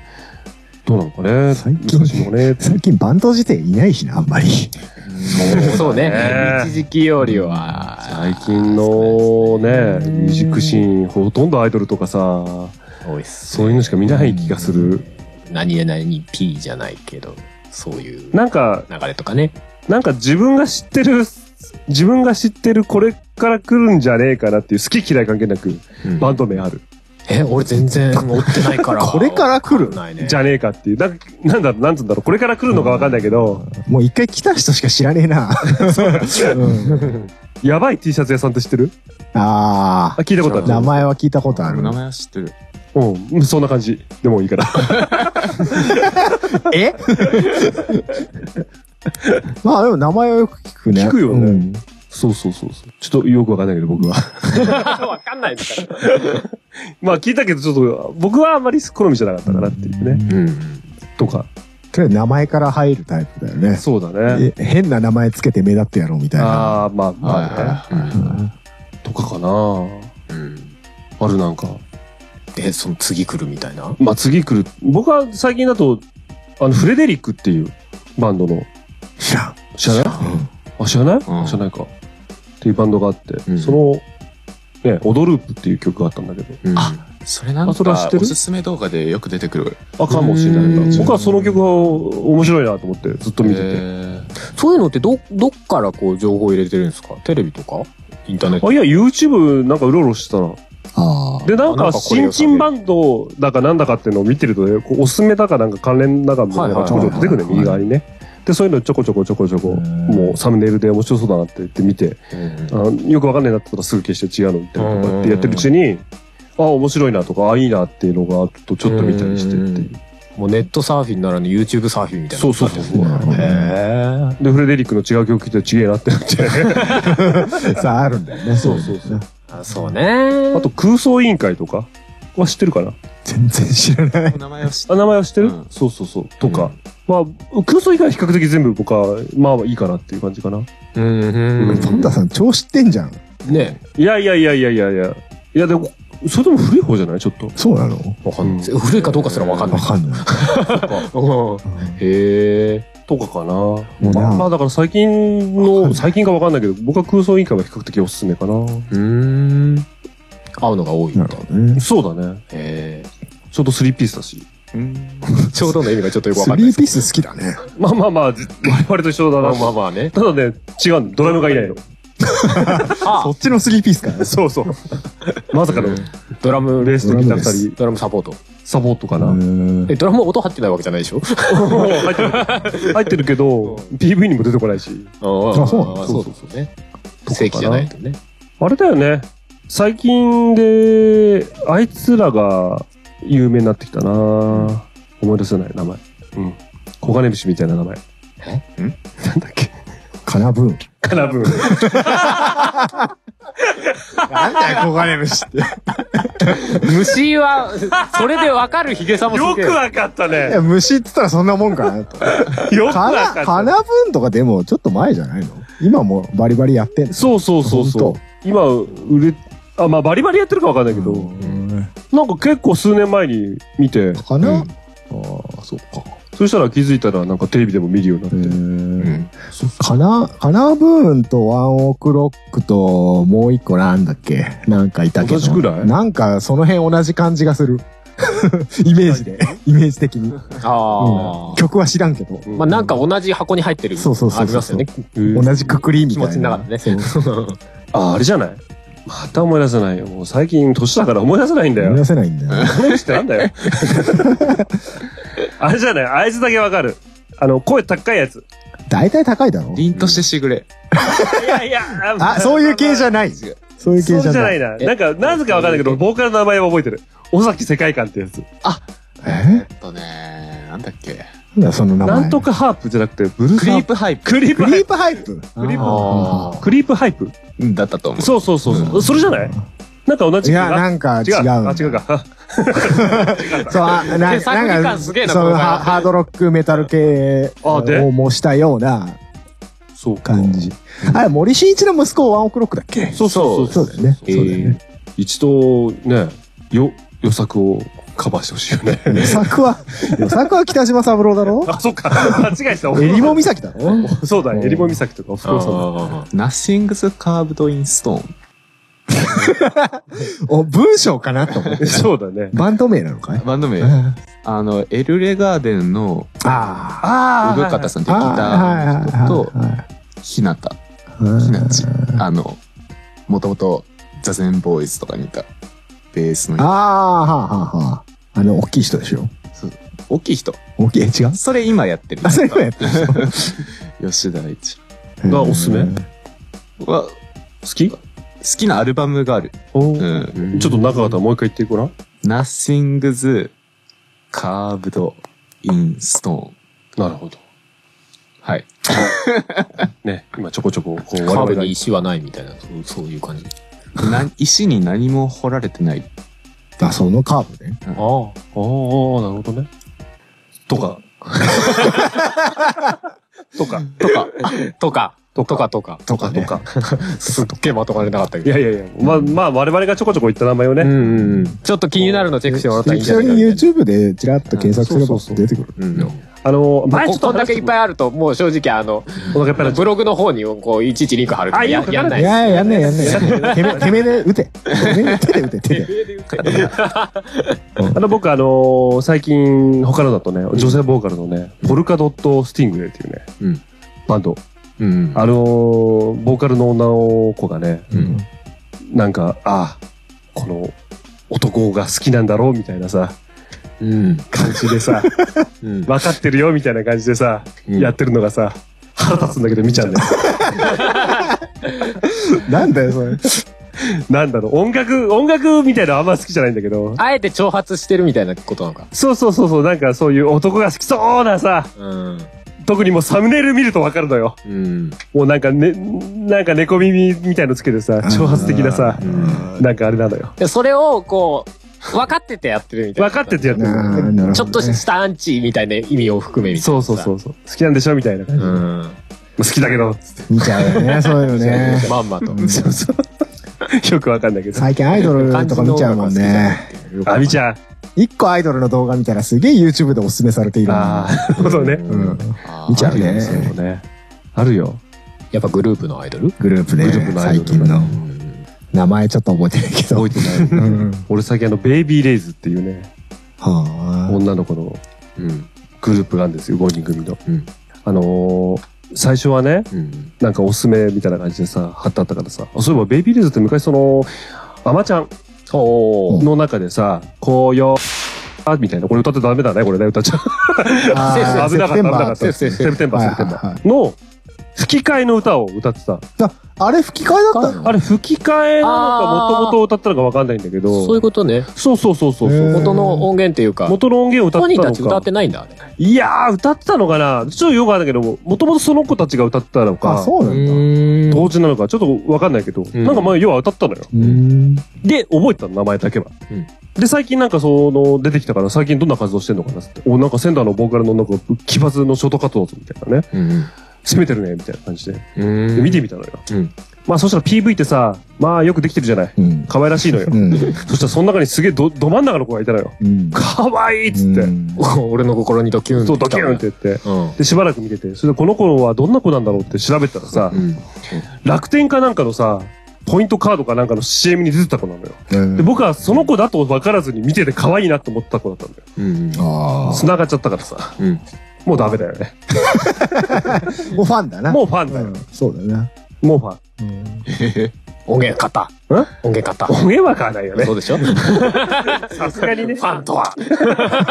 Speaker 1: どうなのかね。
Speaker 3: 最近
Speaker 1: 難しいのかね。
Speaker 3: 最近バンド自体いないしな、あんまり。
Speaker 4: な。 そうね
Speaker 1: ね。
Speaker 4: 一時期よりは。
Speaker 1: 最近のね、
Speaker 3: ね
Speaker 1: ミュージックシーン、ほとんどアイドルとかさ、
Speaker 4: 多いっす。
Speaker 1: そういうのしか見ない気がする。
Speaker 4: 何々に P じゃないけど、そういう流
Speaker 1: なんか、
Speaker 4: れとかね。
Speaker 1: なんか自分が知ってる、自分が知ってるこれから来るんじゃねえかなっていう好き嫌い関係なく、バンド名ある。
Speaker 4: え、俺全然追ってな いから。
Speaker 3: これから来る
Speaker 4: ないね。
Speaker 1: じゃねえかっていう。なんかなんだろう、なんつうんだろう、これから来るのかわかんないけど、
Speaker 3: もう一回来た人しか知らねえな。 うん
Speaker 1: やばい T シャツ屋さんって知ってる
Speaker 3: あ
Speaker 1: あ、聞いたことあ
Speaker 3: あ。
Speaker 1: る。
Speaker 3: 名前は聞いたことあ
Speaker 2: あ
Speaker 3: る
Speaker 2: の。名前は知ってる。
Speaker 1: うん、そんな感じ。でもいいから。
Speaker 3: えまあでも名前はよく聞くね。
Speaker 1: 聞くよね
Speaker 3: うん
Speaker 1: そうそうそうそう。ちょっとよくわかんないけど、僕は。
Speaker 4: わかんないですから。
Speaker 1: まあ聞いたけど、ちょっと、僕はあんまり好みじゃなかったかなっていうね。
Speaker 2: うん。
Speaker 1: とか。
Speaker 3: けど名前から入るタイプだよね。
Speaker 1: そうだね。
Speaker 3: え変な名前つけて目立ってやろうみたいな。
Speaker 1: ああ、まあまあ、ね
Speaker 2: はいはい
Speaker 1: とかかな。
Speaker 2: うん。
Speaker 1: あるなんか。
Speaker 4: で、その次来るみたいな。
Speaker 1: まあ次来る。僕は最近だと、あの、フレデリックっていうバンドの、
Speaker 3: 知らん。
Speaker 1: 知らないあ、知らない、
Speaker 2: うん
Speaker 1: 知らないか。っていうバンドがあって、
Speaker 2: うん
Speaker 1: その、ね、オドループっていう曲があったんだけど、
Speaker 2: うん
Speaker 4: あ
Speaker 2: それなん
Speaker 1: あそれは知
Speaker 2: か
Speaker 1: ってる
Speaker 2: おすすめ動画でよく出てくる。
Speaker 1: あ、かもしれな
Speaker 4: う
Speaker 1: い
Speaker 4: ん
Speaker 1: な。僕はその曲が面白いなと思って、ずっと見てて。
Speaker 2: え
Speaker 4: そういうのってど、どっからこう情報入れてるんですかテレビとかインターネット
Speaker 1: あ、いや、YouTube なんかうろうろしてたな。
Speaker 3: あ
Speaker 1: で、なん
Speaker 4: なん
Speaker 1: か、
Speaker 4: かこれ
Speaker 1: 新
Speaker 4: 良さげ
Speaker 1: 進バンドだかなんだかっていうのを見てるとね、こうおすすめだかなんか関連だかみたいなのがちょこちょこ出てくるね、
Speaker 3: はい
Speaker 1: 右
Speaker 3: は
Speaker 1: 側にね。で、そういうのちょこちょこちょこちょこ、
Speaker 3: うん
Speaker 1: もうサムネイルで面白そうだなって言って見て、あのよくわかんないなってことはすぐ消して違うのみたいなとかってやってるうちに、あ、面白いなとか、あ、いいなっていうのがあるとちょっと見たりしてっていう。
Speaker 4: もうネットサーフィンならぬ YouTube サーフィンみたいな。
Speaker 1: そうそうそうそう。
Speaker 3: う
Speaker 4: へ
Speaker 1: で、フレデリックの違う曲聴いて違えなってなって。
Speaker 3: あ。さああるんだよね。そう
Speaker 1: そうそう
Speaker 3: う。
Speaker 4: え。そうね。
Speaker 1: あと、空想委員会とかは知ってるかな
Speaker 3: 全然知らない。
Speaker 2: ー名前は知って
Speaker 1: あ、名前は知ってる、
Speaker 2: うん
Speaker 1: そうそうそう。とか。まあ、空想以外は比較的全部僕は、まあいいかなっていう感じかな。
Speaker 4: うんう
Speaker 3: パンダさん超知ってんじゃん。
Speaker 4: ん。ね
Speaker 1: いやいやいやいやいやいや。いやでも、それでも古い方じゃないちょっと。
Speaker 3: そうなの
Speaker 4: わかんない。
Speaker 1: う
Speaker 4: 古いかどうかすらわかんな
Speaker 3: わ
Speaker 4: い。
Speaker 3: かんない。
Speaker 4: うん へえ。
Speaker 1: とかかな。
Speaker 3: うな
Speaker 1: まあ、まあだから最近
Speaker 3: わかんな
Speaker 1: の、
Speaker 3: い
Speaker 1: 最近かわかんないけど、僕は空想委員会は比較的おすすめかな。
Speaker 4: うーん。合うのが多いみ
Speaker 3: な
Speaker 4: た
Speaker 3: る
Speaker 4: い
Speaker 3: ほどね。
Speaker 1: そうだね。
Speaker 4: へえ。
Speaker 1: ち ょうどスリーピースだし。
Speaker 4: ちょうどの意味がちょっとよくわ
Speaker 3: ス
Speaker 4: かんない
Speaker 3: リ
Speaker 4: で
Speaker 3: ー
Speaker 4: す。
Speaker 3: ピース好きだね。
Speaker 1: まあまあまあ、我々と一緒だ
Speaker 4: まあ
Speaker 1: な。
Speaker 4: まあまあね。
Speaker 1: ただね、違うのドラムがいないの。
Speaker 4: あ
Speaker 3: そっちのスリーピースか。
Speaker 1: そうそう。まさかの、
Speaker 4: ドラムレース
Speaker 1: ステキな
Speaker 3: ドラムです
Speaker 1: 二人、
Speaker 4: ドラムサポート。
Speaker 1: サポートかな。
Speaker 3: うん
Speaker 4: え、ドラム音入ってないわけじゃないでし ょ
Speaker 1: 入ってる。入ってるけど、PV にも出てこないし。
Speaker 4: あ
Speaker 3: あそう
Speaker 1: そ
Speaker 4: あそう
Speaker 1: そ
Speaker 4: うそううそうね。正規じゃないとね。
Speaker 1: あれだよね。最近で、あいつらが有名になってきたな。思い出せない名前。うん。黄金虫みたいな名前。
Speaker 2: えん
Speaker 1: なんだっけ
Speaker 3: かなぶん。
Speaker 1: カナ ブーン。
Speaker 2: なんだよ、黄金虫っ て。
Speaker 4: 虫は、それでわかるヒゲさんも
Speaker 1: よ
Speaker 4: すげえ。
Speaker 1: くわかった
Speaker 3: い
Speaker 1: ね。
Speaker 3: や、虫って言ったらそんなもんかなと。
Speaker 1: よく
Speaker 3: か
Speaker 1: わか
Speaker 3: な、
Speaker 1: っ
Speaker 3: か
Speaker 1: た。
Speaker 3: なぶんとかでもちょっと前じゃないの今もバリバリやってんの
Speaker 1: そうそうそうそう
Speaker 3: 本。
Speaker 1: 今、売れ、あ、まあバリバリやってるかわかんないけど、なんか結構数年前に見て、
Speaker 3: かな、
Speaker 2: うん
Speaker 3: ああ、そっか。
Speaker 1: そしたら気づいたらなんかテレビでも見るようになって。
Speaker 2: うん。
Speaker 3: かな、かなブーンとワンオクロックともう一個なんだっけなんかいたけど。
Speaker 1: 同じくらい
Speaker 3: なんかその辺同じ感じがする。イメージで。イメージ的に。
Speaker 4: あ
Speaker 3: 曲は知らんけど。
Speaker 4: あ。まあなんか同じ箱に入ってる。
Speaker 3: そうそうそ
Speaker 4: あ
Speaker 3: うそう
Speaker 4: りますよね。
Speaker 1: うん
Speaker 3: 同じくくりみたいな。
Speaker 4: 気持ちの中でね
Speaker 3: そう
Speaker 1: あ、あれじゃないまた思い出せないよ。もう最近年だから思い出せないんだ
Speaker 3: 思い出
Speaker 1: よ。
Speaker 3: せないんだよね。
Speaker 1: この人なん だよ。あれじゃないあいつだけわかる。あの、声高いやつ。
Speaker 3: 大体高いだろ。
Speaker 2: 凛としてしぐれ。
Speaker 1: いやいや、
Speaker 3: あ、そういう系じゃ
Speaker 1: い。
Speaker 3: ない。
Speaker 2: 違う
Speaker 3: そういう
Speaker 1: そ
Speaker 3: 系
Speaker 1: う
Speaker 3: じ
Speaker 1: じ
Speaker 3: ゃ
Speaker 1: ゃ
Speaker 3: な。
Speaker 1: ないいな。なんか、なぜかわかんないけど、ボーカルの名前は覚えてる。尾崎世界観ってやつ。
Speaker 3: え
Speaker 2: えっとね、なんだっけ。
Speaker 3: なんだその名前。
Speaker 1: なんとかハープじゃなくて、ブルー
Speaker 2: ク
Speaker 1: ス
Speaker 2: リ
Speaker 1: ハ
Speaker 2: ー
Speaker 1: ープ。
Speaker 2: プハイプ。
Speaker 1: クリープ
Speaker 3: ク
Speaker 1: ハイ
Speaker 3: リープハイプ。
Speaker 1: プリープ
Speaker 3: あ
Speaker 1: プ。クリープハイプ
Speaker 2: うんだったと思う。
Speaker 1: そうそうそうそう、それじゃないなんか同
Speaker 3: ーい
Speaker 1: じ
Speaker 3: や、
Speaker 1: あ
Speaker 3: なんか違う。
Speaker 1: あ、違うか。
Speaker 3: そう、あなな
Speaker 4: 手探り感
Speaker 3: んか、
Speaker 4: すげえな
Speaker 3: そ
Speaker 4: こ
Speaker 3: う
Speaker 4: の会話
Speaker 3: ハハードロックメタル系
Speaker 1: あで
Speaker 3: を模したような
Speaker 1: そうか。
Speaker 3: 感じ。あれ、森進一の息子ワンオクロックだっけ
Speaker 1: そうそうそう。
Speaker 3: そうだよね。
Speaker 1: えー
Speaker 3: そうだよね。
Speaker 1: 一度、ね、よ、予作をカバーしてほしいよね。
Speaker 3: 予作は、予作は北島三郎だろ
Speaker 1: あ、そっか。間違えてた。
Speaker 3: えりも岬だろ
Speaker 1: そうだ、えりも岬とか、おふくろさんだ。
Speaker 4: あ
Speaker 2: ナッシングスカーブドインストーン。
Speaker 3: お、文章かなと思 って。
Speaker 1: そうだね。
Speaker 3: バンド名なのかい
Speaker 2: バンド名。
Speaker 3: あ
Speaker 2: あの、エルレガーデンの
Speaker 3: あ。
Speaker 1: あ
Speaker 2: 産方さんってギタ
Speaker 3: あ
Speaker 2: ーの人
Speaker 3: はいはいはい
Speaker 2: と、ひなた、
Speaker 3: はい
Speaker 2: ひなち。あの、もともと、ザゼンボーイズとかにいた、ベース
Speaker 3: あ
Speaker 2: の、
Speaker 3: あ、はあはあはあ。あの、大きい人でしょ。
Speaker 2: 大きい人。
Speaker 3: 大きい、え違 う
Speaker 2: それ今やってる。
Speaker 3: あ、それもやってる
Speaker 2: 吉田一
Speaker 1: がおすすめ
Speaker 3: うん
Speaker 2: は、好
Speaker 1: 好き
Speaker 2: きなアルバムがある。
Speaker 1: お
Speaker 2: う
Speaker 1: ー
Speaker 2: ん。
Speaker 1: ちょっと中方もう一回言ってごらん。
Speaker 2: ナッシングズ、カーブド、インストーン。
Speaker 1: なるほど。
Speaker 2: はい。
Speaker 1: ね、今ちょこちょこ、こう、
Speaker 4: あ。カーブに石はないみたいな、そうそういう感じ。
Speaker 2: な、石に何も掘られてない。
Speaker 3: あ、そのカーブね。
Speaker 1: ああ、ああ、なるほどね。とか。とか。
Speaker 4: と か、とか、とか、とか。
Speaker 3: とかね。
Speaker 4: すっげえまとまれなかったけ
Speaker 1: いや
Speaker 4: ど。
Speaker 1: いやいや、まあ、まあ、我々がちょこちょこ言った名前を
Speaker 4: うん
Speaker 1: ね。
Speaker 4: うんうん。ちょっと気になるのチェックしてもらったらいいん
Speaker 3: 適
Speaker 4: じゃ
Speaker 3: 当
Speaker 4: ない
Speaker 3: に
Speaker 4: かみたいな
Speaker 3: YouTube でちらっと検索すれば出てくる。
Speaker 2: うん。
Speaker 1: あの、
Speaker 4: まあ、
Speaker 1: 前ちょ
Speaker 4: こ
Speaker 1: っと
Speaker 4: こんだけいっぱ
Speaker 1: い
Speaker 4: いあると、もう正直、あの、
Speaker 1: お腹いっぱいになっちゃ
Speaker 4: ブログの方に、こう、いちいちリンク貼るとか
Speaker 1: あ
Speaker 4: や
Speaker 1: よく
Speaker 4: やんないい。
Speaker 3: やいや、やんないやんない。てめ、てめで撃て。てめ手で撃て、手で。
Speaker 1: うあの、僕、あのー最近、他のだとね、女性ボーカルのね、ポルカドット・スティングレイっていうね、
Speaker 2: うん
Speaker 1: バンド。
Speaker 2: うん。
Speaker 1: あのーボーカルの女の子がね、
Speaker 2: うん
Speaker 1: なんか、ああ、この、男が好きなんだろうみたいなさ、
Speaker 2: うん。
Speaker 1: 感じでさ、
Speaker 2: うん。
Speaker 1: 分かってるよみたいな感じでさ、
Speaker 2: うん
Speaker 1: やってるのがさ、腹立つんだけど見ちゃうんだよ。
Speaker 3: なんだよ、それ。
Speaker 1: なんだろう、音楽、音楽みたいなのあんま好きじゃないんだけど。
Speaker 4: あえて挑発してるみたいなことなのか。
Speaker 1: そうそうそうそう、なんかそういう男が好きそうなさ、
Speaker 4: うん。
Speaker 1: 特にもうサムネイル見るとわかるのよ。
Speaker 2: うん。
Speaker 1: もうなんかね、なんか猫耳みたいのつけてさ、挑発的なさ、なんかあれなのよ。
Speaker 4: で、それを、こう、分かっててやってるみたいな。
Speaker 1: 分かっててやってる。
Speaker 3: なるほどね
Speaker 4: ちょっとしたアンチみたいな意味を含めみたいな。
Speaker 1: そうそうそうそう。好きなんでしょみたいな感じ。
Speaker 4: う
Speaker 1: 好
Speaker 4: ん。
Speaker 1: きだけど、つっ
Speaker 3: 見ちゃうよね、そういうのね。
Speaker 4: まんまと。
Speaker 1: てよくわかんないけど。
Speaker 3: 最近アイドルとか見ちゃうもんね。
Speaker 1: あみちゃん。
Speaker 3: 一個アイドルの動画見たらすげえ YouTube でおすすめされている。
Speaker 1: ああ、なるほどね。
Speaker 3: う
Speaker 4: 見
Speaker 3: ん。見
Speaker 4: ち
Speaker 3: ち
Speaker 4: ゃ
Speaker 3: ゃ
Speaker 4: う
Speaker 3: うね。
Speaker 1: そうね。あるよ。
Speaker 4: やっぱグループのアイドル
Speaker 3: グループ
Speaker 1: グループ
Speaker 3: ね。
Speaker 1: のアイド
Speaker 3: 最
Speaker 1: ル
Speaker 3: 近の。名前ちょっと覚えてないけど。
Speaker 1: 覚えてない。俺最近あの、ベイビーレイズっていうね、
Speaker 3: は
Speaker 1: 女の子の
Speaker 2: うん。
Speaker 1: グループがあるんですよ、5人組の。
Speaker 2: うん
Speaker 1: あのー最初はね、
Speaker 2: うん。
Speaker 1: なんかおすすめみたいな感じでさ、貼ってあったからさ、あそういえばベイビーレイズって昔その、アマちゃんの中でさ、紅葉、あみたいな、これ歌ってダメだね、これね、歌っちゃう。
Speaker 3: あ ー
Speaker 1: 危なかった、危なかった。
Speaker 3: セ
Speaker 1: セ
Speaker 3: プ
Speaker 1: プ
Speaker 3: テ
Speaker 1: テ
Speaker 3: ン
Speaker 1: ン
Speaker 3: バ
Speaker 1: バ
Speaker 3: ー
Speaker 1: ー、セ
Speaker 3: セプ
Speaker 1: プテ
Speaker 3: テン
Speaker 1: ン
Speaker 3: バー
Speaker 1: バー。の、吹き替えの歌を歌ってた。
Speaker 3: あれ吹き替えだったの
Speaker 1: あれ吹き替えなのか
Speaker 4: あー
Speaker 1: 元々歌ったのかわかんないんだけど。
Speaker 4: そういうことね。
Speaker 1: そうそうそうそう
Speaker 3: へー
Speaker 1: そう。
Speaker 4: 元の音源っていうか、
Speaker 1: 元の音源を歌っ
Speaker 4: 本
Speaker 1: て
Speaker 4: 人
Speaker 1: た
Speaker 4: た
Speaker 1: の
Speaker 4: ち
Speaker 1: か。
Speaker 4: 歌ってないんだ、あれ。
Speaker 1: いやー、歌ってたのかなちょっとよくわかんないけども、もともとその子たちが歌ってたのか。
Speaker 3: あ、そうなんだ。
Speaker 4: ん
Speaker 1: 同時なのか、ちょっとわかんないけど、
Speaker 4: ん
Speaker 1: なんか前、要は歌ったのよ。
Speaker 3: うん。
Speaker 1: で、覚えてたの、名前だけは。
Speaker 4: うん
Speaker 1: で、最近なんかその、出てきたから、最近どんな活動してんのかなっつって。お、なんかセンターのボーカルのなんか、奇抜のショートカットだぞ、みたいなね。攻めてるね、みたいな感じで。で見てみたのよ。
Speaker 4: うん
Speaker 1: まあ、そしたら PV ってさ、まあ、よくできてるじゃない。
Speaker 3: うん。
Speaker 1: 可愛らしいのよ。
Speaker 3: うん。
Speaker 1: そしたら、その中にすげえど、ど真ん中の子がいたのよ。
Speaker 3: うん。
Speaker 1: 可愛いっつって。
Speaker 4: 俺の心にドキュン
Speaker 1: そう、ドキュンって。言って。
Speaker 4: うん。
Speaker 1: で、しばらく見てて、それでこの子はどんな子なんだろうって調べたらさ、楽天かなんかのさ、ポイントカードかなんかの CM に出てた子なのよ。
Speaker 3: うん。
Speaker 1: で、僕はその子だと分からずに見てて可愛いなって思った子だったんだよ。
Speaker 3: ああ。
Speaker 1: 繋がっちゃったからさ。
Speaker 4: うん
Speaker 1: もうダメだよね。
Speaker 3: もうファンだな。
Speaker 1: もうファンだ
Speaker 3: う
Speaker 1: よ
Speaker 3: ん。。そうだな。
Speaker 1: もうファン。
Speaker 3: うん
Speaker 4: 音源買った。
Speaker 1: ん
Speaker 4: 音源買った。
Speaker 1: おめえは買わないよね
Speaker 4: そ。うで しょフ
Speaker 1: さすがにね。フ
Speaker 4: ァンとは。
Speaker 1: 違う違
Speaker 3: 違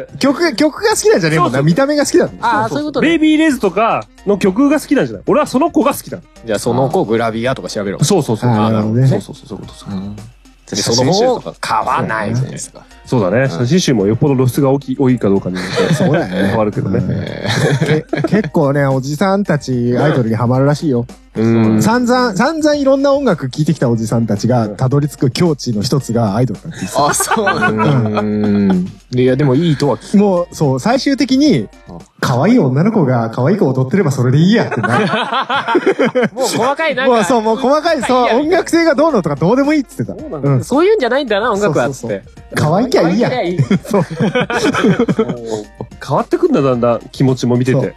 Speaker 1: う
Speaker 3: う。。曲が、曲が好きなんじゃねえもん
Speaker 1: そうそ
Speaker 3: な。
Speaker 1: う
Speaker 3: 見た目が好きなんだ。
Speaker 4: ああ、そういうこと
Speaker 1: ベイ
Speaker 4: ね。
Speaker 1: ビーレイズとかの曲が好きなんじゃない俺はその子が好きだ。
Speaker 4: じゃあその子グラビアとか調べろ。
Speaker 1: そうそうそう。
Speaker 3: あーなるほどね
Speaker 1: そうそうそう。そういうことそう
Speaker 4: でその方を買わない。
Speaker 2: すか。
Speaker 1: そうだね。写真集もよっぽど露出が大きい、多いかどうかによって
Speaker 3: そうだよね
Speaker 1: 変わるけどね。
Speaker 2: え
Speaker 3: け結構ね、おじさんたちアイドルにハマるらしいよ。
Speaker 4: うん。
Speaker 3: 散々、散々いろんな音楽聴いてきたおじさんたちがたどり着く境地の一つがアイドルだって
Speaker 2: あ、そうなんだ。
Speaker 4: いや、でもいいとは聞
Speaker 3: さ。もう、そう、最終的に、可愛い女の子が可愛い子を踊ってればそれでいいやってなる。
Speaker 4: く。もう細かいなん
Speaker 3: もう
Speaker 4: か、
Speaker 3: そう、もう細かい、
Speaker 4: い
Speaker 3: そ
Speaker 4: や
Speaker 3: う、音楽性がどうのとかどうでもいいって言ってた。
Speaker 1: そうなんだ
Speaker 3: うん。
Speaker 4: そういうんじゃないんだな、音楽はっつって。
Speaker 3: 可愛きゃいいや。そう。
Speaker 1: 変わってくんだ、だんだん気持ちも見て
Speaker 3: そ
Speaker 1: て
Speaker 3: う。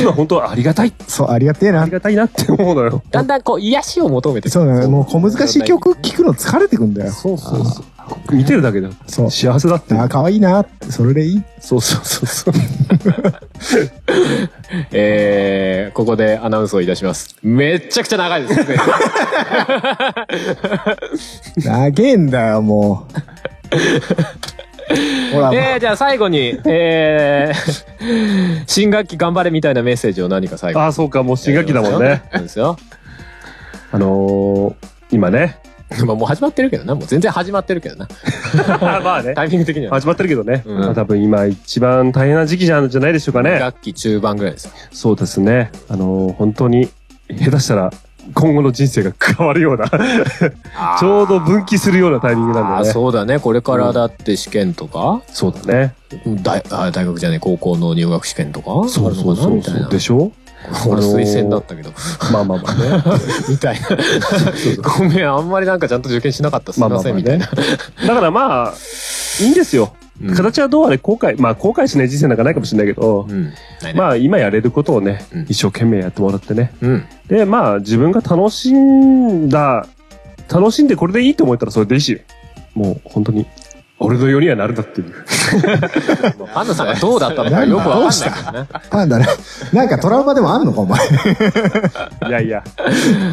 Speaker 1: 今本当はありがたい。
Speaker 3: そう、ありがてえ
Speaker 1: あ
Speaker 3: な
Speaker 1: り。がたいなって思うのよ。
Speaker 4: だんだんこう、癒しを求めて
Speaker 3: そうなの。もう小難しい曲聴くの疲れてくんだよ。
Speaker 1: そうそうそう。見てるだけだ。
Speaker 3: そう。
Speaker 1: 幸せだって。
Speaker 3: あ、可愛いなって、それでいい。
Speaker 1: そうそうそうそう。
Speaker 4: えー、ここでアナウンスをいたします。めっちゃくちゃ長い ですね。
Speaker 3: 長えんだよ、もう。ほら、
Speaker 4: えー、じゃあ最後に、えー、新学期頑張れみたいなメッセージを何か最後に。
Speaker 1: ああ、そうか、もう新学期だもんね。。
Speaker 4: そうですよ。
Speaker 1: あのー、今ね。
Speaker 4: まあもう始まってるけどな。もう全然始まってるけどな。
Speaker 1: まあね。
Speaker 4: タイミング的には。
Speaker 1: 始まってるけどね。
Speaker 4: うん
Speaker 1: まあ多分今一番大変な時期じゃんじゃないでしょうかね。
Speaker 4: 学期中盤ぐらいですよ。
Speaker 1: そうですね。あのー、本当に、下手したら、今後の人生が変わるような、ちょうど分岐するようなタイミングなんだ
Speaker 4: あ
Speaker 1: よ
Speaker 4: あ、
Speaker 1: ね。
Speaker 4: そうだね。これからだって試験とか、
Speaker 1: そうだね。
Speaker 4: 大あ大学じゃねえ、高校の入学試験とか
Speaker 1: そうそう
Speaker 4: ある
Speaker 1: そ
Speaker 4: の
Speaker 1: う
Speaker 4: か
Speaker 1: そ。
Speaker 4: なみたいうな
Speaker 1: で。しょ
Speaker 4: 俺
Speaker 1: あのー
Speaker 4: 推薦だったけど。
Speaker 1: まあまあまあね。
Speaker 4: みたい な。ごめん、あんまりなんかちゃんと受験しなかった。すいません、みたいな。
Speaker 1: だからまあ、いいんですよ。
Speaker 4: うん
Speaker 1: 形はどうあれ後悔、まあ後悔しない人生なんかないかもしれないけど、
Speaker 4: うん。ないね
Speaker 1: まあ今やれることをね、
Speaker 4: うん
Speaker 1: 一生懸命やってもらってね。
Speaker 4: うん。
Speaker 1: で、まあ自分が楽しんだ、楽しんでこれでいいと思ったらそれでいいし、もう本当に、俺のようにはなるんだっていう。
Speaker 4: アンナさんがどうだったのかよくわかん ないからな。
Speaker 3: パンダな。なんかトラウマでもあんのか、お前。
Speaker 1: いやいや、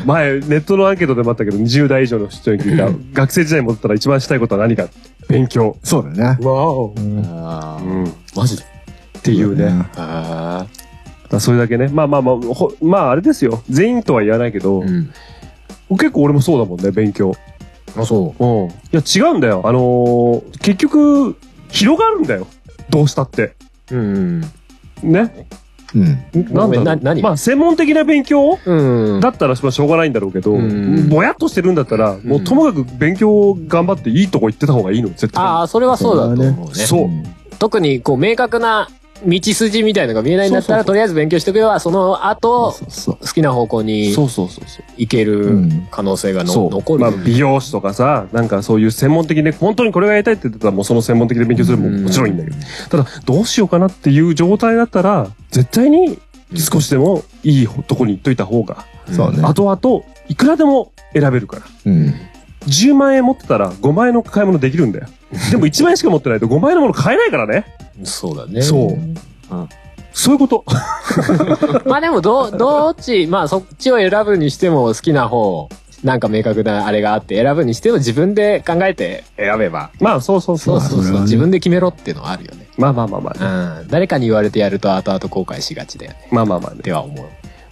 Speaker 1: 前ネットのアンケートでもあったけど、20代以上の人に聞いた、学生時代に戻ったら一番したいことは何か勉強。
Speaker 3: そうだよな。
Speaker 1: わお。
Speaker 3: うん
Speaker 1: うん。っ
Speaker 4: マジで。
Speaker 1: ていうね。だか
Speaker 4: あ
Speaker 1: らそれだけね。まあまあまあ、ほまああれですよ。全員とは言わないけど、
Speaker 4: うん。
Speaker 1: 結構俺もそうだもんね、勉強。
Speaker 4: あ、そ
Speaker 1: うん。いや、違うんだよ。あのー結局、広がるんだよ。どうしたって。
Speaker 4: う。うん。
Speaker 1: ね。
Speaker 3: うん。
Speaker 1: なんだろう
Speaker 4: な何が
Speaker 1: まあ、専門的な勉強
Speaker 4: うん。
Speaker 1: だったらまあしょうがないんだろうけど、
Speaker 4: うん
Speaker 1: ぼやっとしてるんだったら、もうともかく勉強を頑張っていいとこ行ってた方がいいの、絶対。
Speaker 4: ああ、それはそうだと思うね。
Speaker 1: そう。
Speaker 4: 特にこう明確な道筋みたいのが見えないんだったら、とりあえず勉強しておけば、その後、
Speaker 3: そうそう。
Speaker 4: 好きな方向に
Speaker 1: そうそうそうそう。
Speaker 4: 行け
Speaker 3: う
Speaker 4: る
Speaker 3: ん。
Speaker 4: 可能性がの
Speaker 1: そう
Speaker 4: 残る。
Speaker 1: まあ、美容師とかさ、なんかそういう専門的で、本当にこれがやりたいって言ってたら、もうその専門的で勉強するのも
Speaker 4: うん
Speaker 1: もちろんいいんだけど、ただ、どうしようかなっていう状態だったら、絶対に少しでもいいとこに行っといた方が、
Speaker 3: そうね。
Speaker 1: 後々、いくらでも選べるから。
Speaker 3: うん。
Speaker 1: 10万円持ってたら5万円の買い物できるんだ よ。でも1万円しか持ってないと5万円のもの買えないからね。
Speaker 4: そうだね。
Speaker 1: そう。そういうこと。
Speaker 4: まあでもど、どっち、まあそっちを選ぶにしても好きな方、なんか明確なあれがあって選ぶにしても自分で考えて選べば。
Speaker 1: まあ、そうそうそ
Speaker 4: そうう。そうそ
Speaker 3: そ
Speaker 4: う
Speaker 3: れは
Speaker 4: う。
Speaker 3: ね
Speaker 4: 自分で決めろっていうのはあるよね。
Speaker 1: まあまあまあまあ。
Speaker 4: うん。誰かに言われてやると後々後悔しがちだよね。
Speaker 1: まあまあまあね。
Speaker 4: では思う。
Speaker 1: ま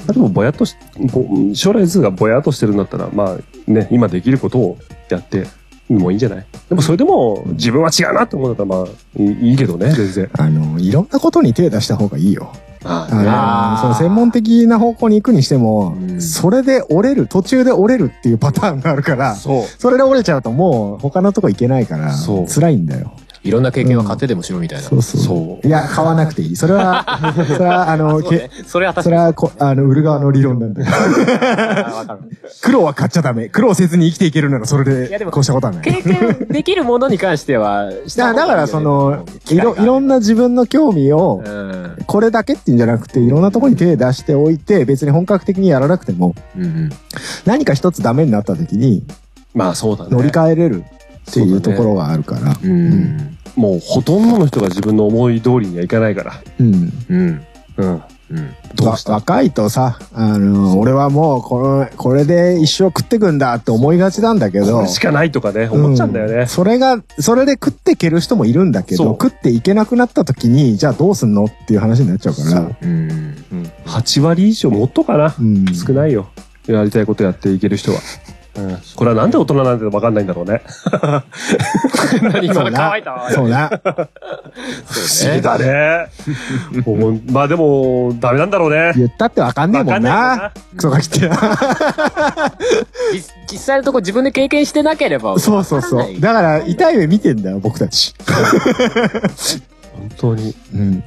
Speaker 1: あでも、ぼやっとし、ぼ将来図がぼやっとしてるんだったら、まあね、今できることをやってもいいんじゃないでもそれでも自分は違うなって思うんだったら、まあいいいけどね、全然。
Speaker 3: あの、いろんなことに手出した方がいいよ。
Speaker 1: あ
Speaker 3: あの
Speaker 4: あー
Speaker 3: その専門的な方向に行くにしても、
Speaker 4: うん
Speaker 3: それで折れる、途中で折れるっていうパターンがあるから、
Speaker 1: そう。
Speaker 3: それで折れちゃうともう他のとこ行けないから
Speaker 1: そう、
Speaker 3: 辛いんだよ。
Speaker 4: いろんな経験は糧でもしろみたいな。
Speaker 3: そうそう。
Speaker 1: そう
Speaker 3: いや、買わなくていい。それ は、それは、あの、
Speaker 4: そうね
Speaker 3: け
Speaker 4: それは
Speaker 3: そ
Speaker 4: 確
Speaker 3: れ
Speaker 4: か
Speaker 3: はこ、あの、売る側の理論なんだよ。
Speaker 4: に。わかる。
Speaker 3: 苦労は買っちゃダメ。苦労せずに生きていけるならそれ
Speaker 4: いやで
Speaker 3: で、
Speaker 4: も
Speaker 3: こうしたことはない。
Speaker 4: 経験できるものに関しては、した方がいいよ
Speaker 3: だ
Speaker 4: ね
Speaker 3: だから、その、いろ、いろん
Speaker 4: な、
Speaker 3: な自分の興味を、
Speaker 4: うん。
Speaker 3: これだけっていうんじゃなくて、いろんなところに手出しておいて、別に本格的にやらなくても、
Speaker 4: うんうん。
Speaker 3: 何か一つダメになった時に
Speaker 1: まあそうだね。
Speaker 3: 乗り換えれるっていうところはあるから。
Speaker 4: う
Speaker 3: うん
Speaker 4: ん。
Speaker 1: もうほとんどの人が自分の思い通りにはいかないから。
Speaker 3: うん。
Speaker 4: うん。
Speaker 1: うん。
Speaker 4: うん。
Speaker 1: どうした
Speaker 3: わ若いとさ、あの、俺はもう、この、これで一生食ってくんだって思いがちなんだけ
Speaker 1: こ
Speaker 3: ど
Speaker 1: れ、しかないとかね、思っちゃうんだよ
Speaker 3: う
Speaker 1: ね。
Speaker 3: それが、それで食っていける人もいるんだけど、
Speaker 1: そう
Speaker 3: 食っていけなくなった時に、じゃあどうすんのっていう話になっちゃうから。う
Speaker 4: うん。
Speaker 1: 8割以上もっとかな。
Speaker 3: ん。
Speaker 1: 少ないよ。やりたいことやっていける人は。うん、これはなんで大人なんてわかんないんだろうね。
Speaker 4: 何
Speaker 3: そう
Speaker 4: 今
Speaker 3: な
Speaker 4: 乾いたわ。
Speaker 3: そうな。
Speaker 1: 不思議だね。もう まあでも、ダメなんだろうね。
Speaker 3: 言ったってわかんねえ
Speaker 1: わ
Speaker 3: も
Speaker 1: か
Speaker 3: ん
Speaker 1: んないもん
Speaker 3: な。
Speaker 1: な。
Speaker 3: クソガキってな。
Speaker 4: 実実際のとこ自分で経験してなければ。
Speaker 3: そうそう
Speaker 4: わか
Speaker 3: そ
Speaker 4: んな
Speaker 3: う。
Speaker 4: い
Speaker 3: だから、痛い目見てんだよ、僕たち。
Speaker 1: 本当に。
Speaker 3: うん。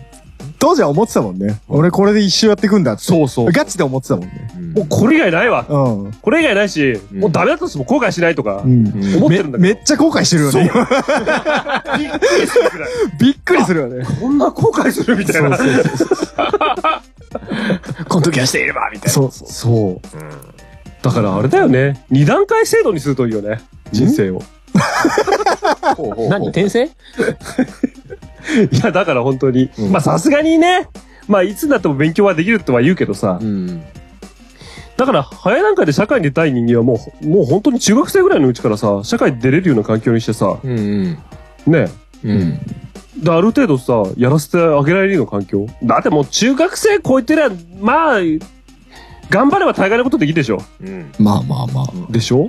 Speaker 3: 当時は思ってたもんね。俺これで一周やっていくんだって。
Speaker 1: そうそう。
Speaker 3: ガチで思ってたもんね。
Speaker 4: うん
Speaker 1: もうこれ以外ないわ。
Speaker 3: うん。
Speaker 1: これ以外ないし、
Speaker 4: うん
Speaker 1: もうダメだったとしても後悔しないとか
Speaker 3: う、ん。
Speaker 4: うん
Speaker 1: 思って
Speaker 3: め
Speaker 1: るんだけ
Speaker 3: めっちゃ後悔してるよね。今
Speaker 1: ど。びっくりするくらい
Speaker 3: びっくりするよね。
Speaker 1: こんな後悔するみたいな。
Speaker 4: この時はしていればみたいな。
Speaker 3: そうそう。
Speaker 1: そう。だからあれだよね。二段階制度にするといいよね。人生を。
Speaker 4: 何転生
Speaker 1: いや、だから本当に。
Speaker 4: うん
Speaker 1: まあさすがにね。まあいつになっても勉強はできるとは言うけどさ。
Speaker 4: うん。
Speaker 1: だから早い段階で社会に出たい人間はもう、もう本当に中学生ぐらいのうちからさ、社会に出れるような環境にしてさ、
Speaker 4: うんうん。
Speaker 1: ね。
Speaker 4: うん。
Speaker 1: で、ある程度さ、やらせてあげられるような環境。だってもう中学生超えてりゃ、まあ、頑張れば大概のことできるでしょ。
Speaker 4: うん。
Speaker 3: まあまあまあ。
Speaker 1: でしょ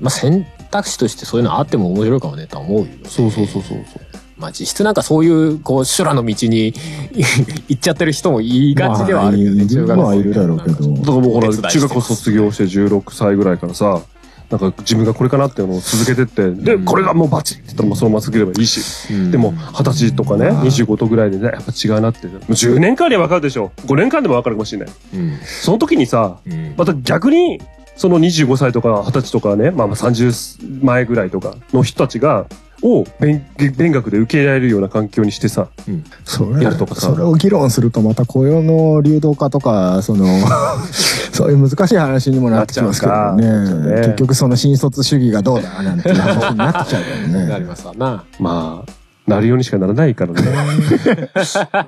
Speaker 4: まあ選択肢としてそういうのあっても面白いかもねとは思うよ。
Speaker 1: そうそうそうそうそう。
Speaker 4: まあ実質なんかそういう、こう、修羅の道に 行っちゃってる人もいがちではあるけどね、中学生。
Speaker 3: まあ、いるだろうけど。
Speaker 1: だからもうほら、
Speaker 4: お手伝いしてます
Speaker 1: 中学校卒業して16歳ぐらいからさ、なんか自分がこれかなっていうのを続けてって、で、
Speaker 4: うん
Speaker 1: これがもうバチッって言ったらもうそのまま続ければいいし、
Speaker 4: うん
Speaker 1: でも、20歳とかね、25とぐらいでね、やっぱ違うなって。もう10年間でわかるでしょ。5年間でもわかるかもしれない。
Speaker 4: うん。
Speaker 1: その時にさ、
Speaker 4: うん
Speaker 1: また逆に、その25歳とか20歳とかね、まあまあ30前ぐらいとかの人たちが、を勉勉学で受け入れられるような環境にしてさ、
Speaker 3: それ
Speaker 1: やるとかさ
Speaker 3: それを議論するとまた雇用の流動化とか、その、 そういう難しい話にもなってきますけどね。
Speaker 1: なっちゃうかなっちゃうね
Speaker 3: 結局その新卒主義がどうだなんていう話に なっちゃうから
Speaker 4: なり
Speaker 3: ね。
Speaker 4: ますわな。
Speaker 1: まあ、なるようにしかならない からね。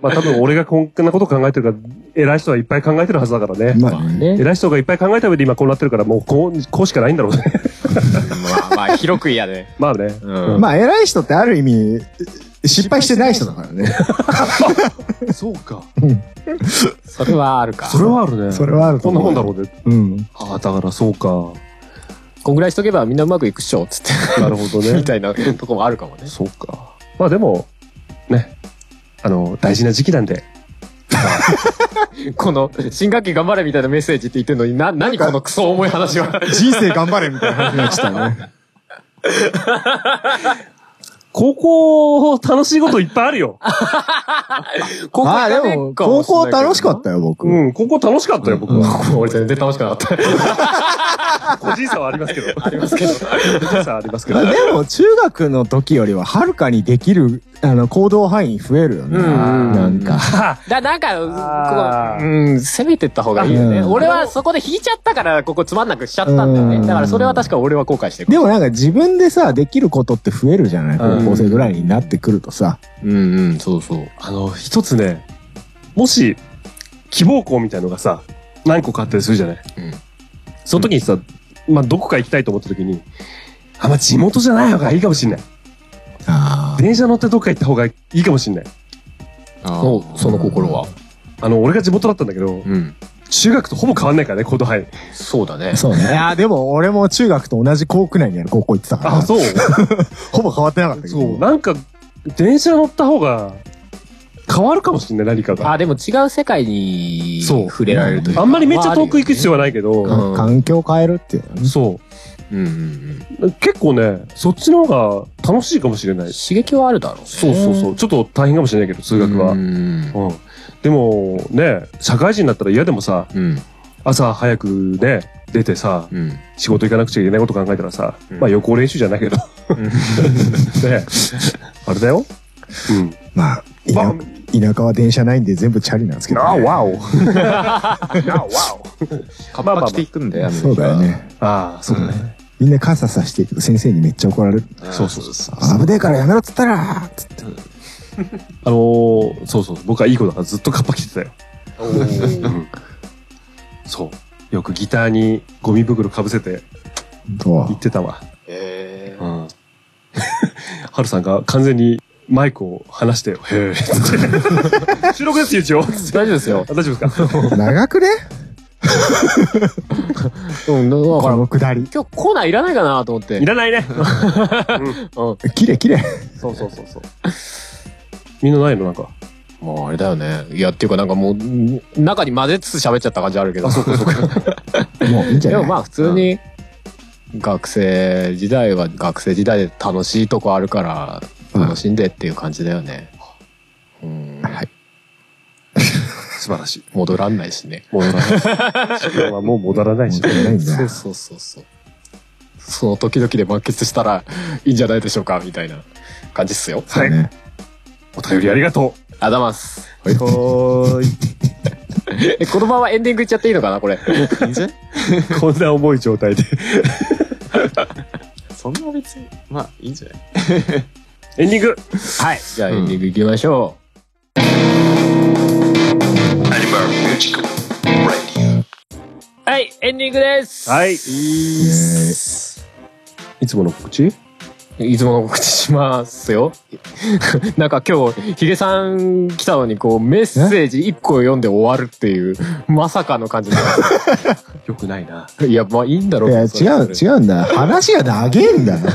Speaker 1: まあ多分俺がこんなこと考えてるから、偉い人はいっぱい考えてるはずだからね。
Speaker 3: まあね。
Speaker 4: ね。
Speaker 1: 偉い人がいっぱい考えた上で今こうなってるから、もうこう、こうしかないんだろうね。
Speaker 4: まあまあ、広く嫌で。
Speaker 1: まあね。
Speaker 4: うん。
Speaker 3: まあ、偉い人ってある意味、失敗してない人だからね。
Speaker 1: そうか。
Speaker 4: それはあるか。
Speaker 1: それはあるね。
Speaker 3: それはあると
Speaker 1: こん
Speaker 3: 思
Speaker 1: な
Speaker 3: う
Speaker 1: もんだろうね。
Speaker 3: うん。
Speaker 1: ああ、だからそうか。
Speaker 4: こんぐらいしとけばみんなうまくいくっしょ、 つって。
Speaker 1: なるほど ね
Speaker 4: み。たいなとこもあるかもね。
Speaker 1: そうか。まあでも、ね。あの、大事な時期なんで。
Speaker 4: この、新学期頑張れみたいなメッセージって言ってるのに、な、何このクソ重い話は。
Speaker 3: 人生頑張れみたいな話になっちゃった ね。
Speaker 1: 高校、楽しいこといっぱいあるよ。
Speaker 4: 高校
Speaker 3: まあでも、高校楽しかった
Speaker 4: よ。
Speaker 3: よ、僕。
Speaker 1: うん、高校楽しかったよ、僕は。
Speaker 4: 高校俺全然楽しくなかった。
Speaker 1: 個人差はありますけど。ありますけど。個人差はありますけ
Speaker 3: ま
Speaker 1: ど
Speaker 3: あ。でも、中学の時よりは、はるかにできる、あの、行動範囲増えるよね。
Speaker 1: うん
Speaker 3: なんか。
Speaker 4: だ、なん
Speaker 1: あ
Speaker 4: か、
Speaker 1: ー
Speaker 4: こう、うん、攻めてった方がいいよね。
Speaker 3: うん
Speaker 4: 俺はそこで引いちゃったから、ここつまんなくしちゃったんだよ
Speaker 3: う
Speaker 4: ね。
Speaker 3: ん
Speaker 4: だからそれは確か俺は後悔してる。
Speaker 3: でもなんか自分でさ、できることって増えるじゃない
Speaker 1: うん
Speaker 3: 高校生ぐらいになってくるとさ。
Speaker 4: うんうん、そうそう。
Speaker 1: あの、一つね、もし、希望校みたいのがさ、何個かあったりするじゃない。
Speaker 4: うん
Speaker 1: その時にさ、まあ、どこか行きたいと思った時に、あんま地元じゃない方がいいかもしんない。
Speaker 3: あ
Speaker 1: 電車乗ってどっか行った方がいいかもしんない。
Speaker 2: あー
Speaker 4: おその心は。
Speaker 1: あの、俺が地元だったんだけど、
Speaker 2: うん
Speaker 1: 中学とほぼ変わんないからね、コードハイ。
Speaker 4: そうだね。
Speaker 3: そうね。いや、でも俺も中学と同じ校区内にある高校行ってたから、
Speaker 1: あ、そう
Speaker 3: ほぼ変わってなかったけど。
Speaker 1: そう。なんか、電車乗った方が、変わるかもしれない、何かが。
Speaker 4: あ、でも違う世界に
Speaker 1: そう
Speaker 4: 触れられるというか
Speaker 1: あんまりめっちゃ遠く行く必要はないけど、
Speaker 4: うん
Speaker 3: 環境変えるっていうのはね
Speaker 1: そ
Speaker 2: うんうん
Speaker 1: う。結構ね、そっちの方が楽しいかもしれない。そ
Speaker 4: 刺激はあるだろうね。
Speaker 1: うそうそう。ちょっと大変かもしれないけど、
Speaker 2: う
Speaker 1: 通
Speaker 2: ん。
Speaker 1: 学は。
Speaker 2: う
Speaker 1: うん。
Speaker 2: ん
Speaker 1: でも、ね、社会人になったら嫌でもさ、
Speaker 2: うん
Speaker 1: 朝早くね、出てさ、
Speaker 2: うん。
Speaker 1: 仕事行かなくちゃいけないこと考えたらさ、
Speaker 2: うん
Speaker 1: まあ予行練習じゃない けど、ね、あれだよ。うん。
Speaker 3: まあ、田
Speaker 1: まあ
Speaker 3: 田舎は電車ないんで全部チャリなんですけど、ね。
Speaker 1: わお。
Speaker 2: カッパ着ていくんだよ。
Speaker 3: そうだよ。ね。
Speaker 1: ああ、そうだね。
Speaker 3: みんな傘さしていくと先生にめっちゃ怒られる。
Speaker 2: そうそうそう。
Speaker 3: 危ねえからやめろっつったらつって。
Speaker 1: あのー、そうそう、僕はいい子だからずっとカッパ着てたよ。うんそう。よくギターにゴミ袋かぶせて
Speaker 3: 本当は
Speaker 1: 行ってたわ。
Speaker 4: え
Speaker 1: うん ハルさんが完全にマイクを離して、へえ、って 収録ですよ、一応。
Speaker 4: ー大丈夫ですよ。
Speaker 1: 大丈夫ですか
Speaker 3: 長くね
Speaker 4: うん、だ
Speaker 3: こ
Speaker 4: か
Speaker 3: れ
Speaker 4: ら、
Speaker 3: も 下り。
Speaker 4: 今日コーナーいらないかなと思って。
Speaker 1: いらないね。
Speaker 3: きれいきれい。
Speaker 1: そうそうそうそう。みんなないのなんか。
Speaker 4: もうあれだよね。いや、っていうかなんかもう、ん中に混ぜつつ喋っちゃった感じあるけど。
Speaker 3: もういいんじゃ
Speaker 4: で
Speaker 3: ない
Speaker 4: もまあ普通に、学生時代は学生時代で楽しいとこあるから、楽しんでっていう感じだよね。うん。はい。
Speaker 1: 素晴らしい。
Speaker 4: 戻らんないしね。
Speaker 1: 戻らない。時間はもう戻らないし。
Speaker 3: もうないん
Speaker 4: そう
Speaker 3: だ。
Speaker 4: そうそうそう。その時々で満喫したら いいんじゃないでしょうか、みたいな感じっすよ。
Speaker 1: はい。
Speaker 3: ね。
Speaker 1: お便りありがと
Speaker 4: あざます。
Speaker 1: う。はい。
Speaker 4: え、このままエンディングいっちゃっていいのかな、これ。
Speaker 2: いいんじゃない
Speaker 1: こんな重い状態で。
Speaker 2: そんな別に。まあ、いいんじゃない
Speaker 1: エンディング
Speaker 4: はい。 じゃあエンディングいきましょう。はい、エンディングです。
Speaker 1: はい。
Speaker 3: えー
Speaker 1: いつもの告知
Speaker 4: いつもの告知しますよ。 なんか今日、ヒゲさん来たのに、こう、メッセージ1個読んで終わるっていう、まさかの感じで。
Speaker 1: よくないな。
Speaker 4: いや、まあいいんだろう
Speaker 3: いや、
Speaker 4: けどそれは
Speaker 3: 違う、違うんだ。話が長えんだな。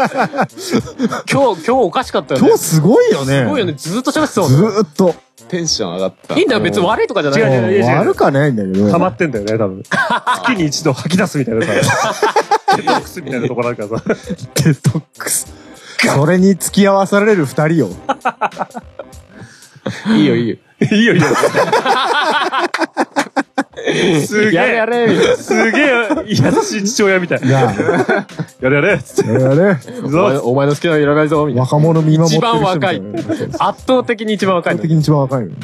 Speaker 4: 今日、今日おかしかったよね
Speaker 3: 今。日すごいよね。
Speaker 4: すごいよね。ずっと喋ってたもん
Speaker 3: ず
Speaker 4: ね。
Speaker 3: ーっと。
Speaker 2: テンション上がった。
Speaker 4: いいんだよ、別に悪いとかじゃない。
Speaker 1: 違う違う違う
Speaker 3: もう悪くはないんだけど。
Speaker 1: 溜まってんだよね、多分。月に一度吐き出すみたいなさ。 デトックスみたいなところあるからさ。
Speaker 3: デトックス。それに付き合わされる二人を。
Speaker 2: いいよ、いいよ。
Speaker 1: いいよ、いいよ。すげ
Speaker 4: やれや
Speaker 1: え、
Speaker 4: れ、みたい な
Speaker 1: すげえ、優しい父親みたい。
Speaker 3: なあ、
Speaker 1: やれやれ、つって。
Speaker 3: あ れ、
Speaker 1: 行く
Speaker 4: お前
Speaker 1: ぞ
Speaker 4: お前の好きなのいらないぞ、みたいな。
Speaker 3: 若者見守
Speaker 4: 一
Speaker 3: ってる人
Speaker 4: 番若い
Speaker 3: みたな。
Speaker 4: 圧倒的に一番若い
Speaker 3: 圧倒
Speaker 4: の
Speaker 3: 的に一番若いよね。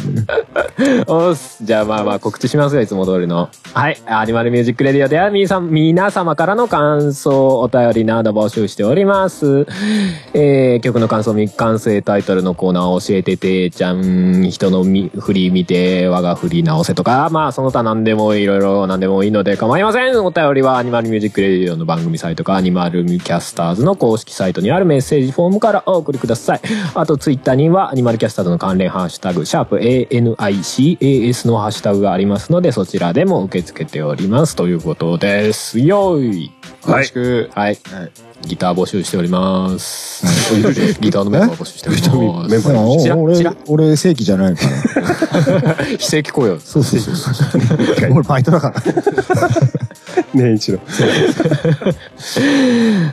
Speaker 4: おっすじゃあまあまあ告知しますよいつも通りのはいアニマルミュージックレディオでは皆さん皆様からの感想お便りなど募集しております、えー、曲の感想未完成タイトルのコーナーを教えててーちゃん人のみ振り見て我が振り直せとかまあその他何でもいろいろ何でもいいので構いませんお便りはアニマルミュージックレディオの番組サイトかアニマルキャスターズの公式サイトにあるメッセージフォームからお送りくださいあとツイッターにはアニマルキャスターズの関連ハッシュタグシャープ ANICAS のハッシュタグがありますのでそちらでも受け付けておりますということですよい
Speaker 2: よろしく。
Speaker 4: はい、ギター募集しておりますギターのメンバー募集しております
Speaker 3: だから
Speaker 4: チラ
Speaker 3: お
Speaker 4: チ
Speaker 3: 俺
Speaker 4: ラ、
Speaker 3: 俺、正規じゃないから。
Speaker 4: 非正規雇用
Speaker 3: そうそうそうそう。俺、バイトだから。
Speaker 1: ねえ、一郎。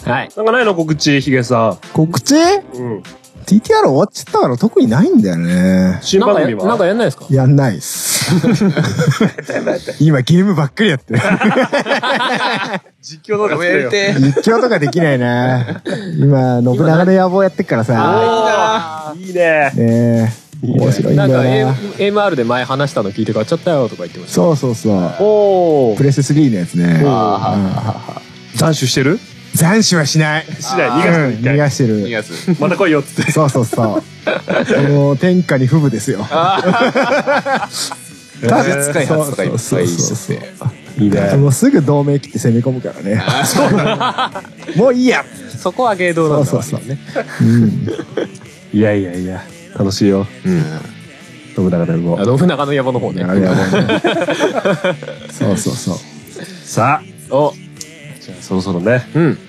Speaker 4: はい
Speaker 1: なんかないの告知、ヒゲさ
Speaker 3: 告知
Speaker 1: ん。うん。
Speaker 3: ?TTR 終わっちゃったから特にないんだよね。
Speaker 1: 新
Speaker 4: なん
Speaker 1: 番
Speaker 4: か
Speaker 1: 組
Speaker 4: やなん
Speaker 1: は
Speaker 4: かやんないですか
Speaker 3: やんないっす。今、ゲームばっかりやってる。
Speaker 1: 実況とかしてよ。
Speaker 2: て
Speaker 3: 実況とかできな いな。今、信長の野望やってっからさ。
Speaker 1: あーいいね。
Speaker 3: ねえ。面白いんだ
Speaker 4: なんか、
Speaker 3: よな。
Speaker 4: A、MR で前話したの聞いて買っちゃったよとか言ってました。
Speaker 3: そうそうそう。
Speaker 1: おー
Speaker 3: プ。レス3のやつね。
Speaker 1: 斬首してる
Speaker 3: 斬首はしない。
Speaker 1: しない、
Speaker 3: う
Speaker 1: 逃がしてる
Speaker 3: ん
Speaker 1: 一
Speaker 3: 逃
Speaker 1: 回。
Speaker 3: がして
Speaker 2: 2
Speaker 3: る。
Speaker 2: 月。
Speaker 1: また来いよ、つって。
Speaker 3: そうそうそう。もう天下に不武ですよ。
Speaker 2: 魔術開発とかいっぱいしてて。
Speaker 1: いいね。
Speaker 3: もうすぐ同盟切って攻め込むからね。もういいや。
Speaker 4: そこは芸道な
Speaker 3: そ
Speaker 4: ん
Speaker 3: う
Speaker 4: だ
Speaker 3: そ
Speaker 4: わ
Speaker 3: うそう。
Speaker 1: いやいやいや。楽しいよ。
Speaker 2: うん。
Speaker 1: 信長だも
Speaker 4: あ。信長の野望の方ね
Speaker 3: や。るやるそうそうそう。
Speaker 1: さあ、
Speaker 4: お、
Speaker 1: じゃあそろそろね、
Speaker 4: うん。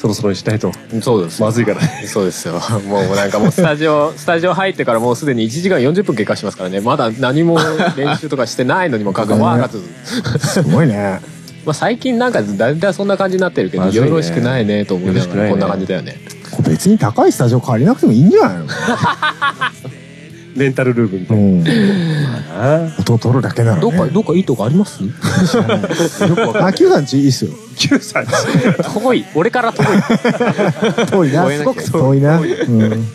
Speaker 1: そろそろにしないと、
Speaker 4: そうです。
Speaker 1: まずいから。
Speaker 4: そうですよ。 もうなんかもうスタジオ、 スタジオ入ってからもうすでに1時間40分経過しますからね。まだ何も練習とかしてないのにもかかわらず。
Speaker 3: すごいね。
Speaker 4: まあ最近なんかだんだんそんな感じになってるけど、
Speaker 1: まずいね
Speaker 4: よろしくないねと思い
Speaker 1: よ
Speaker 4: な
Speaker 1: ろし
Speaker 4: が
Speaker 1: くないね
Speaker 4: らこんな感じだよね。
Speaker 3: これ別に高いスタジオ借りなくてもいいんじゃないの
Speaker 1: レンタルルームみた
Speaker 3: う
Speaker 1: い
Speaker 3: ん。
Speaker 1: な。あ
Speaker 3: 音を取るだけならね。
Speaker 4: どっかいいとこあります
Speaker 3: よくわかんない。あ、九段ちいいっすよ。
Speaker 1: 9歳。
Speaker 4: 遠い。俺から遠い。
Speaker 3: 遠いな。
Speaker 2: 超え
Speaker 3: す
Speaker 2: なき
Speaker 3: ご
Speaker 2: ゃ
Speaker 3: く遠いな。うん。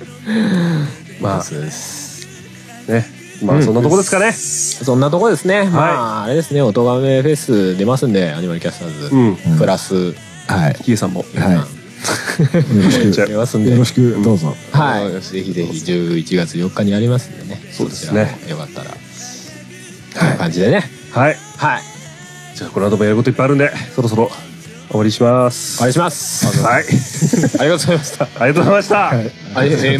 Speaker 1: まあ、
Speaker 2: そうです。
Speaker 1: ね。まあ、そんなとこですかね。
Speaker 4: そんなとこですね。まあ、あれですね、おとがめフェス出ますんで、アニマルキャスターズ。
Speaker 1: うん。
Speaker 4: プラス、
Speaker 3: はい。
Speaker 1: ヒエさんも。
Speaker 3: はい。よろし
Speaker 1: じゃ
Speaker 3: く。
Speaker 4: 出ますんで
Speaker 3: よろ。しく、どうぞ。
Speaker 4: はい。ぜひぜひ、11月4日にありますんでね。
Speaker 1: そうですね。
Speaker 4: よかったら。こんな感じでね。
Speaker 1: はい。
Speaker 4: はい。
Speaker 1: じゃあ、この後もやることいっぱいあるんで、そろそろ終わりしま
Speaker 4: お
Speaker 1: す。
Speaker 4: 願いします。
Speaker 1: はい。
Speaker 4: ありがとうございました。
Speaker 1: ありがとうございました。
Speaker 3: は
Speaker 4: MR40 巻大手。
Speaker 3: い。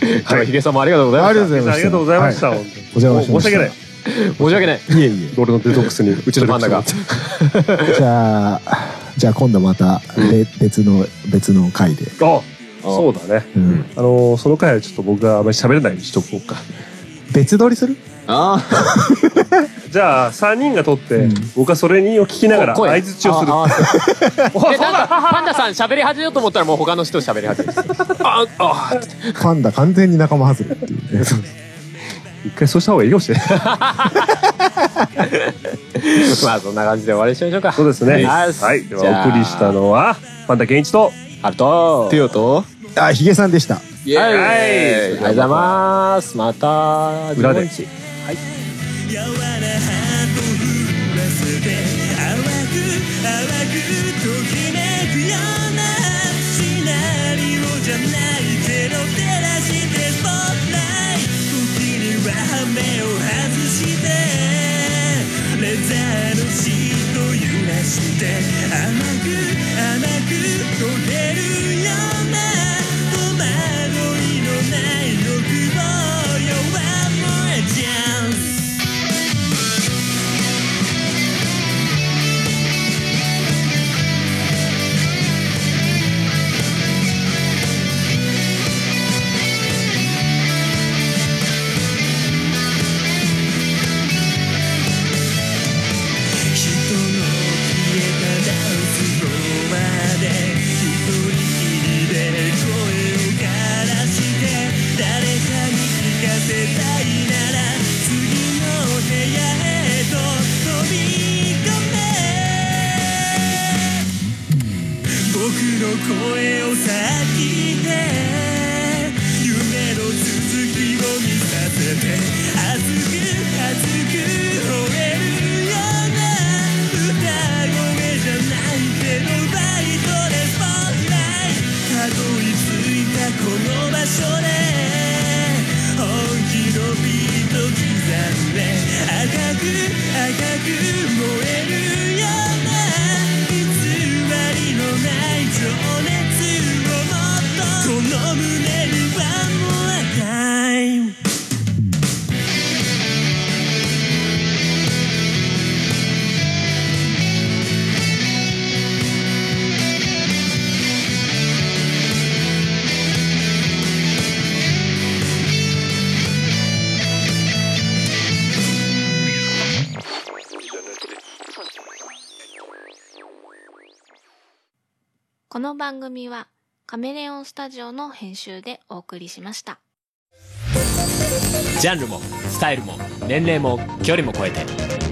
Speaker 4: 今日はヒゲさんもありがとうござい
Speaker 3: あ
Speaker 4: ま
Speaker 3: りがとう
Speaker 4: し
Speaker 3: ございました。
Speaker 1: ありがとうございました。
Speaker 3: は
Speaker 1: 本当に
Speaker 3: お邪魔し
Speaker 1: も
Speaker 3: ま
Speaker 1: う
Speaker 3: し
Speaker 1: 申
Speaker 3: た
Speaker 1: し訳ない。
Speaker 4: た。申し訳ない。
Speaker 3: いえい
Speaker 1: 俺のデトックスに、う
Speaker 4: うちのパンダが。
Speaker 3: え。じゃあ、じゃあ今度また、べ別の、別の回で。
Speaker 1: あそうだね。
Speaker 3: うん。
Speaker 1: あのー、その回はちょっと僕があまり喋れないようにしとこうか。
Speaker 3: 別撮りする
Speaker 2: ああ。
Speaker 1: じゃあ、3人が撮って、
Speaker 3: うん
Speaker 1: 僕はそれにを聞きながら
Speaker 4: 声
Speaker 1: 相槌をする。
Speaker 4: ああ
Speaker 1: おそう
Speaker 4: えなんか
Speaker 1: だ
Speaker 4: パンダさん喋り始めようと思ったらもう他の人喋り始める。ああ
Speaker 3: パンダ完全に仲間外れっていうね。
Speaker 1: 一回そうした方がいいかもしれない。
Speaker 4: まあそんな感じで終わりにしましょうか。
Speaker 1: そうですね。
Speaker 4: はい
Speaker 1: はい。で
Speaker 4: じゃ
Speaker 1: は、
Speaker 4: あ
Speaker 1: お送りしたのは、パンダケンイチと、
Speaker 4: あると。
Speaker 2: テオと
Speaker 3: あ、ヒゲさんでした。
Speaker 2: イエーイ
Speaker 4: はい。
Speaker 1: エーイ
Speaker 4: ありがとうございます。また、
Speaker 1: 裏で
Speaker 4: 15日
Speaker 5: 「やわらはと揺らせて」「淡く淡くときめくような」「シナリオじゃないゼロ照らしてスポットライト」「時には羽目を外して」「レザーのシート揺らして」「甘く甘く取れるような」「戸惑いのない欲望よ One more chance」人の消えたダンスフロアで一人きりので声を枯らして誰かに聞かせたいなら次の部屋へと飛び込め僕の声をさ聞いて夢の続きを見させて熱く熱く吠えるような歌声じゃないけどバイトでスポットライトたどり着いたこの場所で本気のビート刻んで赤く赤く燃えるような偽りのない情熱をもっとこの胸にはもう time
Speaker 6: この番組はカメレオンスタジオの編集でお送りしました。
Speaker 4: ジャンルもスタイルも年齢も距離も超えて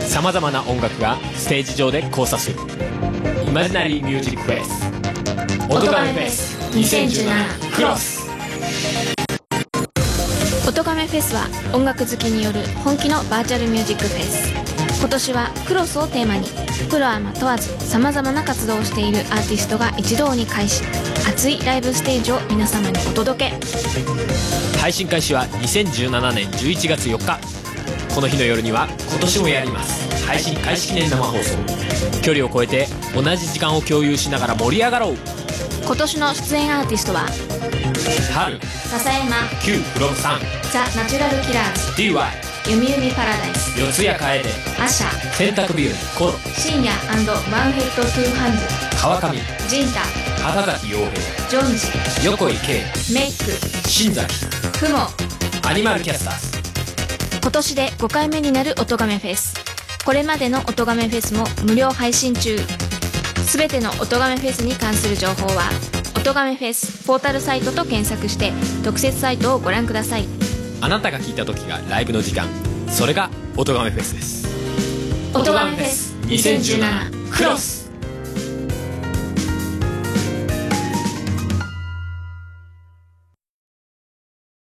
Speaker 4: さまざまな音楽がステージ上で交差するイマジナリーミュージックフェス「音ガメフェス2017クロス
Speaker 6: 音亀フェスは音楽好きによる本気のバーチャルミュージックフェス今年はクロスをテーマにプロアマ問わずさまざまな活動をしているアーティストが一堂に会し熱いライブステージを皆様にお届け」
Speaker 4: 配信開始は2017年11月4日この日の夜には今年もやります配信開始記念生放送距離を超えて同じ時間を共有しながら盛り上がろう
Speaker 6: 今年の出演アーティストは
Speaker 4: 春
Speaker 6: 笹山
Speaker 4: Q フロム3
Speaker 6: ザ・ナチュラルキラー
Speaker 4: DY
Speaker 6: ズ弓弓パラダイス
Speaker 4: 四谷楓
Speaker 6: アシャ
Speaker 4: 洗濯日和コロ
Speaker 6: 深夜ワンヘッド・トゥ・ハン
Speaker 4: 川上
Speaker 6: ズジンタ
Speaker 4: 畑崎陽
Speaker 6: ジョンジ
Speaker 4: 平横井圭
Speaker 6: メイク
Speaker 4: 新崎
Speaker 6: クモ
Speaker 4: アニマルキャスターズ
Speaker 6: 今年で5回目になる音亀フェスこれまでの音亀フェスも無料配信中すべての音亀フェスに関する情報は音亀フェスポータルサイトと検索して特設サイトをご覧ください
Speaker 4: あなたが聞いた時がライブの時間それが音ガメフェスです
Speaker 6: 音亀フェス2017クロス